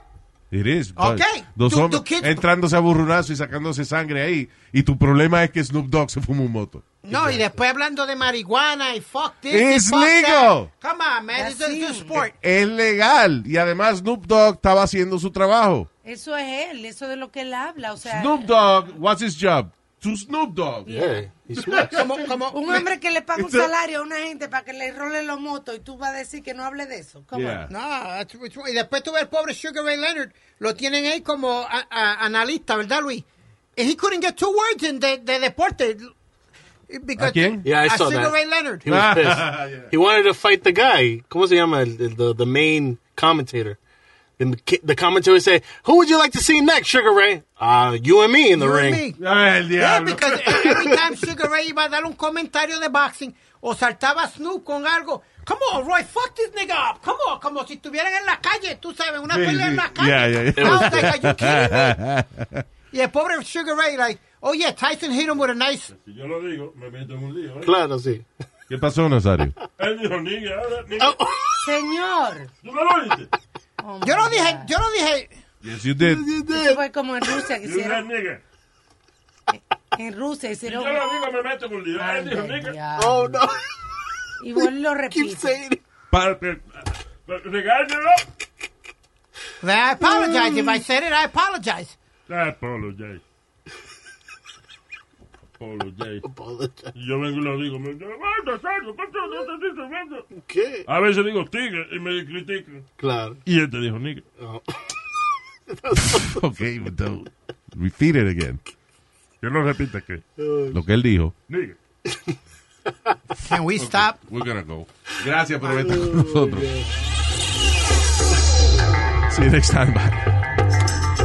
Speaker 5: It is. but
Speaker 7: Ok.
Speaker 5: Dos
Speaker 7: Do- do
Speaker 5: hombres
Speaker 7: kids-
Speaker 5: entrándose a burrunazo y sacándose sangre ahí. Y tu problema es que Snoop Dogg se fumó un moto.
Speaker 7: No, y después hablando de marihuana y fuck this.
Speaker 5: It's
Speaker 7: y fuck
Speaker 5: legal.
Speaker 7: that. Come on, man. It's a, it's a
Speaker 8: Así.
Speaker 7: sport.
Speaker 5: Es legal. Y además Snoop Dogg estaba haciendo su trabajo.
Speaker 8: Eso es él, eso de lo que él habla. O sea,
Speaker 5: Snoop Dogg, what's his job? To Snoop Dogg.
Speaker 6: Yeah, he smokes.
Speaker 7: Como, como,
Speaker 8: un hombre que le paga un
Speaker 5: It's a-
Speaker 8: salario a una gente para que le role los motos y tú vas a decir que no hable de eso. Come
Speaker 5: Yeah.
Speaker 8: on.
Speaker 7: No, that's- it's- y después tú ves el pobre Sugar Ray Leonard, lo tienen ahí como a- a- analista, ¿verdad, Luis? And he couldn't get two words in de, de deporte. Because-
Speaker 5: ¿A quién?
Speaker 6: Yeah, I
Speaker 7: a
Speaker 6: saw
Speaker 7: Sugar
Speaker 6: that.
Speaker 7: Ray Leonard.
Speaker 6: He was pissed. He wanted to fight the guy. ¿Cómo se llama? El, el- the, the main commentator. And the, ki- the commentator said, Who would you like to see next, Sugar Ray? Uh, you and me in the
Speaker 7: You
Speaker 6: ring.
Speaker 7: and me.
Speaker 5: Ah, el
Speaker 7: Yeah,
Speaker 5: diablo.
Speaker 7: because every time Sugar Ray iba a dar un comentario de boxing o saltaba a Snoop con algo. Come on, Roy, fuck this nigga up. Come on, como si estuvieran en la calle, tú sabes, una
Speaker 5: Sí,
Speaker 7: pelea en
Speaker 5: sí.
Speaker 7: la calle.
Speaker 5: Yeah, yeah, yeah.
Speaker 7: I was like, are you kidding me? y el pobre Sugar Ray, like, oh yeah, Tyson hit him with a nice
Speaker 9: Si yo lo digo, me meto en un lío. ¿eh?
Speaker 6: Claro, sí.
Speaker 5: ¿Qué pasó, Nazario?
Speaker 9: Él dijo, nigga, ahora, nigga.
Speaker 7: Oh.
Speaker 8: Señor.
Speaker 9: ¿Tú no lo oíste?
Speaker 8: Oh,
Speaker 7: Yo no
Speaker 8: my
Speaker 7: dije,
Speaker 8: God.
Speaker 7: yo no dije.
Speaker 5: Yes, you did.
Speaker 8: Eso fue como en Rusia que
Speaker 9: You said
Speaker 8: hicieron.
Speaker 9: nigga.
Speaker 8: En Rusia
Speaker 9: Si yo
Speaker 8: hicieron.
Speaker 9: lo digo, me meto en un lío. Él dijo,
Speaker 8: Ande,
Speaker 9: nigga.
Speaker 8: diablo.
Speaker 6: Oh, no.
Speaker 8: Y vos lo
Speaker 6: Keep
Speaker 8: repites.
Speaker 6: saying it.
Speaker 9: Para, para, para- eh, regáñalo.
Speaker 7: I apologize if I said it. I apologize.
Speaker 9: I apologize. Apologize.
Speaker 6: Apologize.
Speaker 9: Y yo vengo y lo digo. Me dice, "Manda, Sario, ¿cuánto no te dice, manda?"
Speaker 6: ¿Qué?
Speaker 9: A veces digo tigre y me critican.
Speaker 6: Claro.
Speaker 9: Y él te dijo nigga.
Speaker 6: Oh.
Speaker 5: Okay, but don't. Repeat it again.
Speaker 9: Que no repita que
Speaker 5: Lo que él dijo.
Speaker 9: nigga.
Speaker 7: Can we stop?
Speaker 5: We're gonna go. Gracias por estar con nosotros. See you next time. Bye.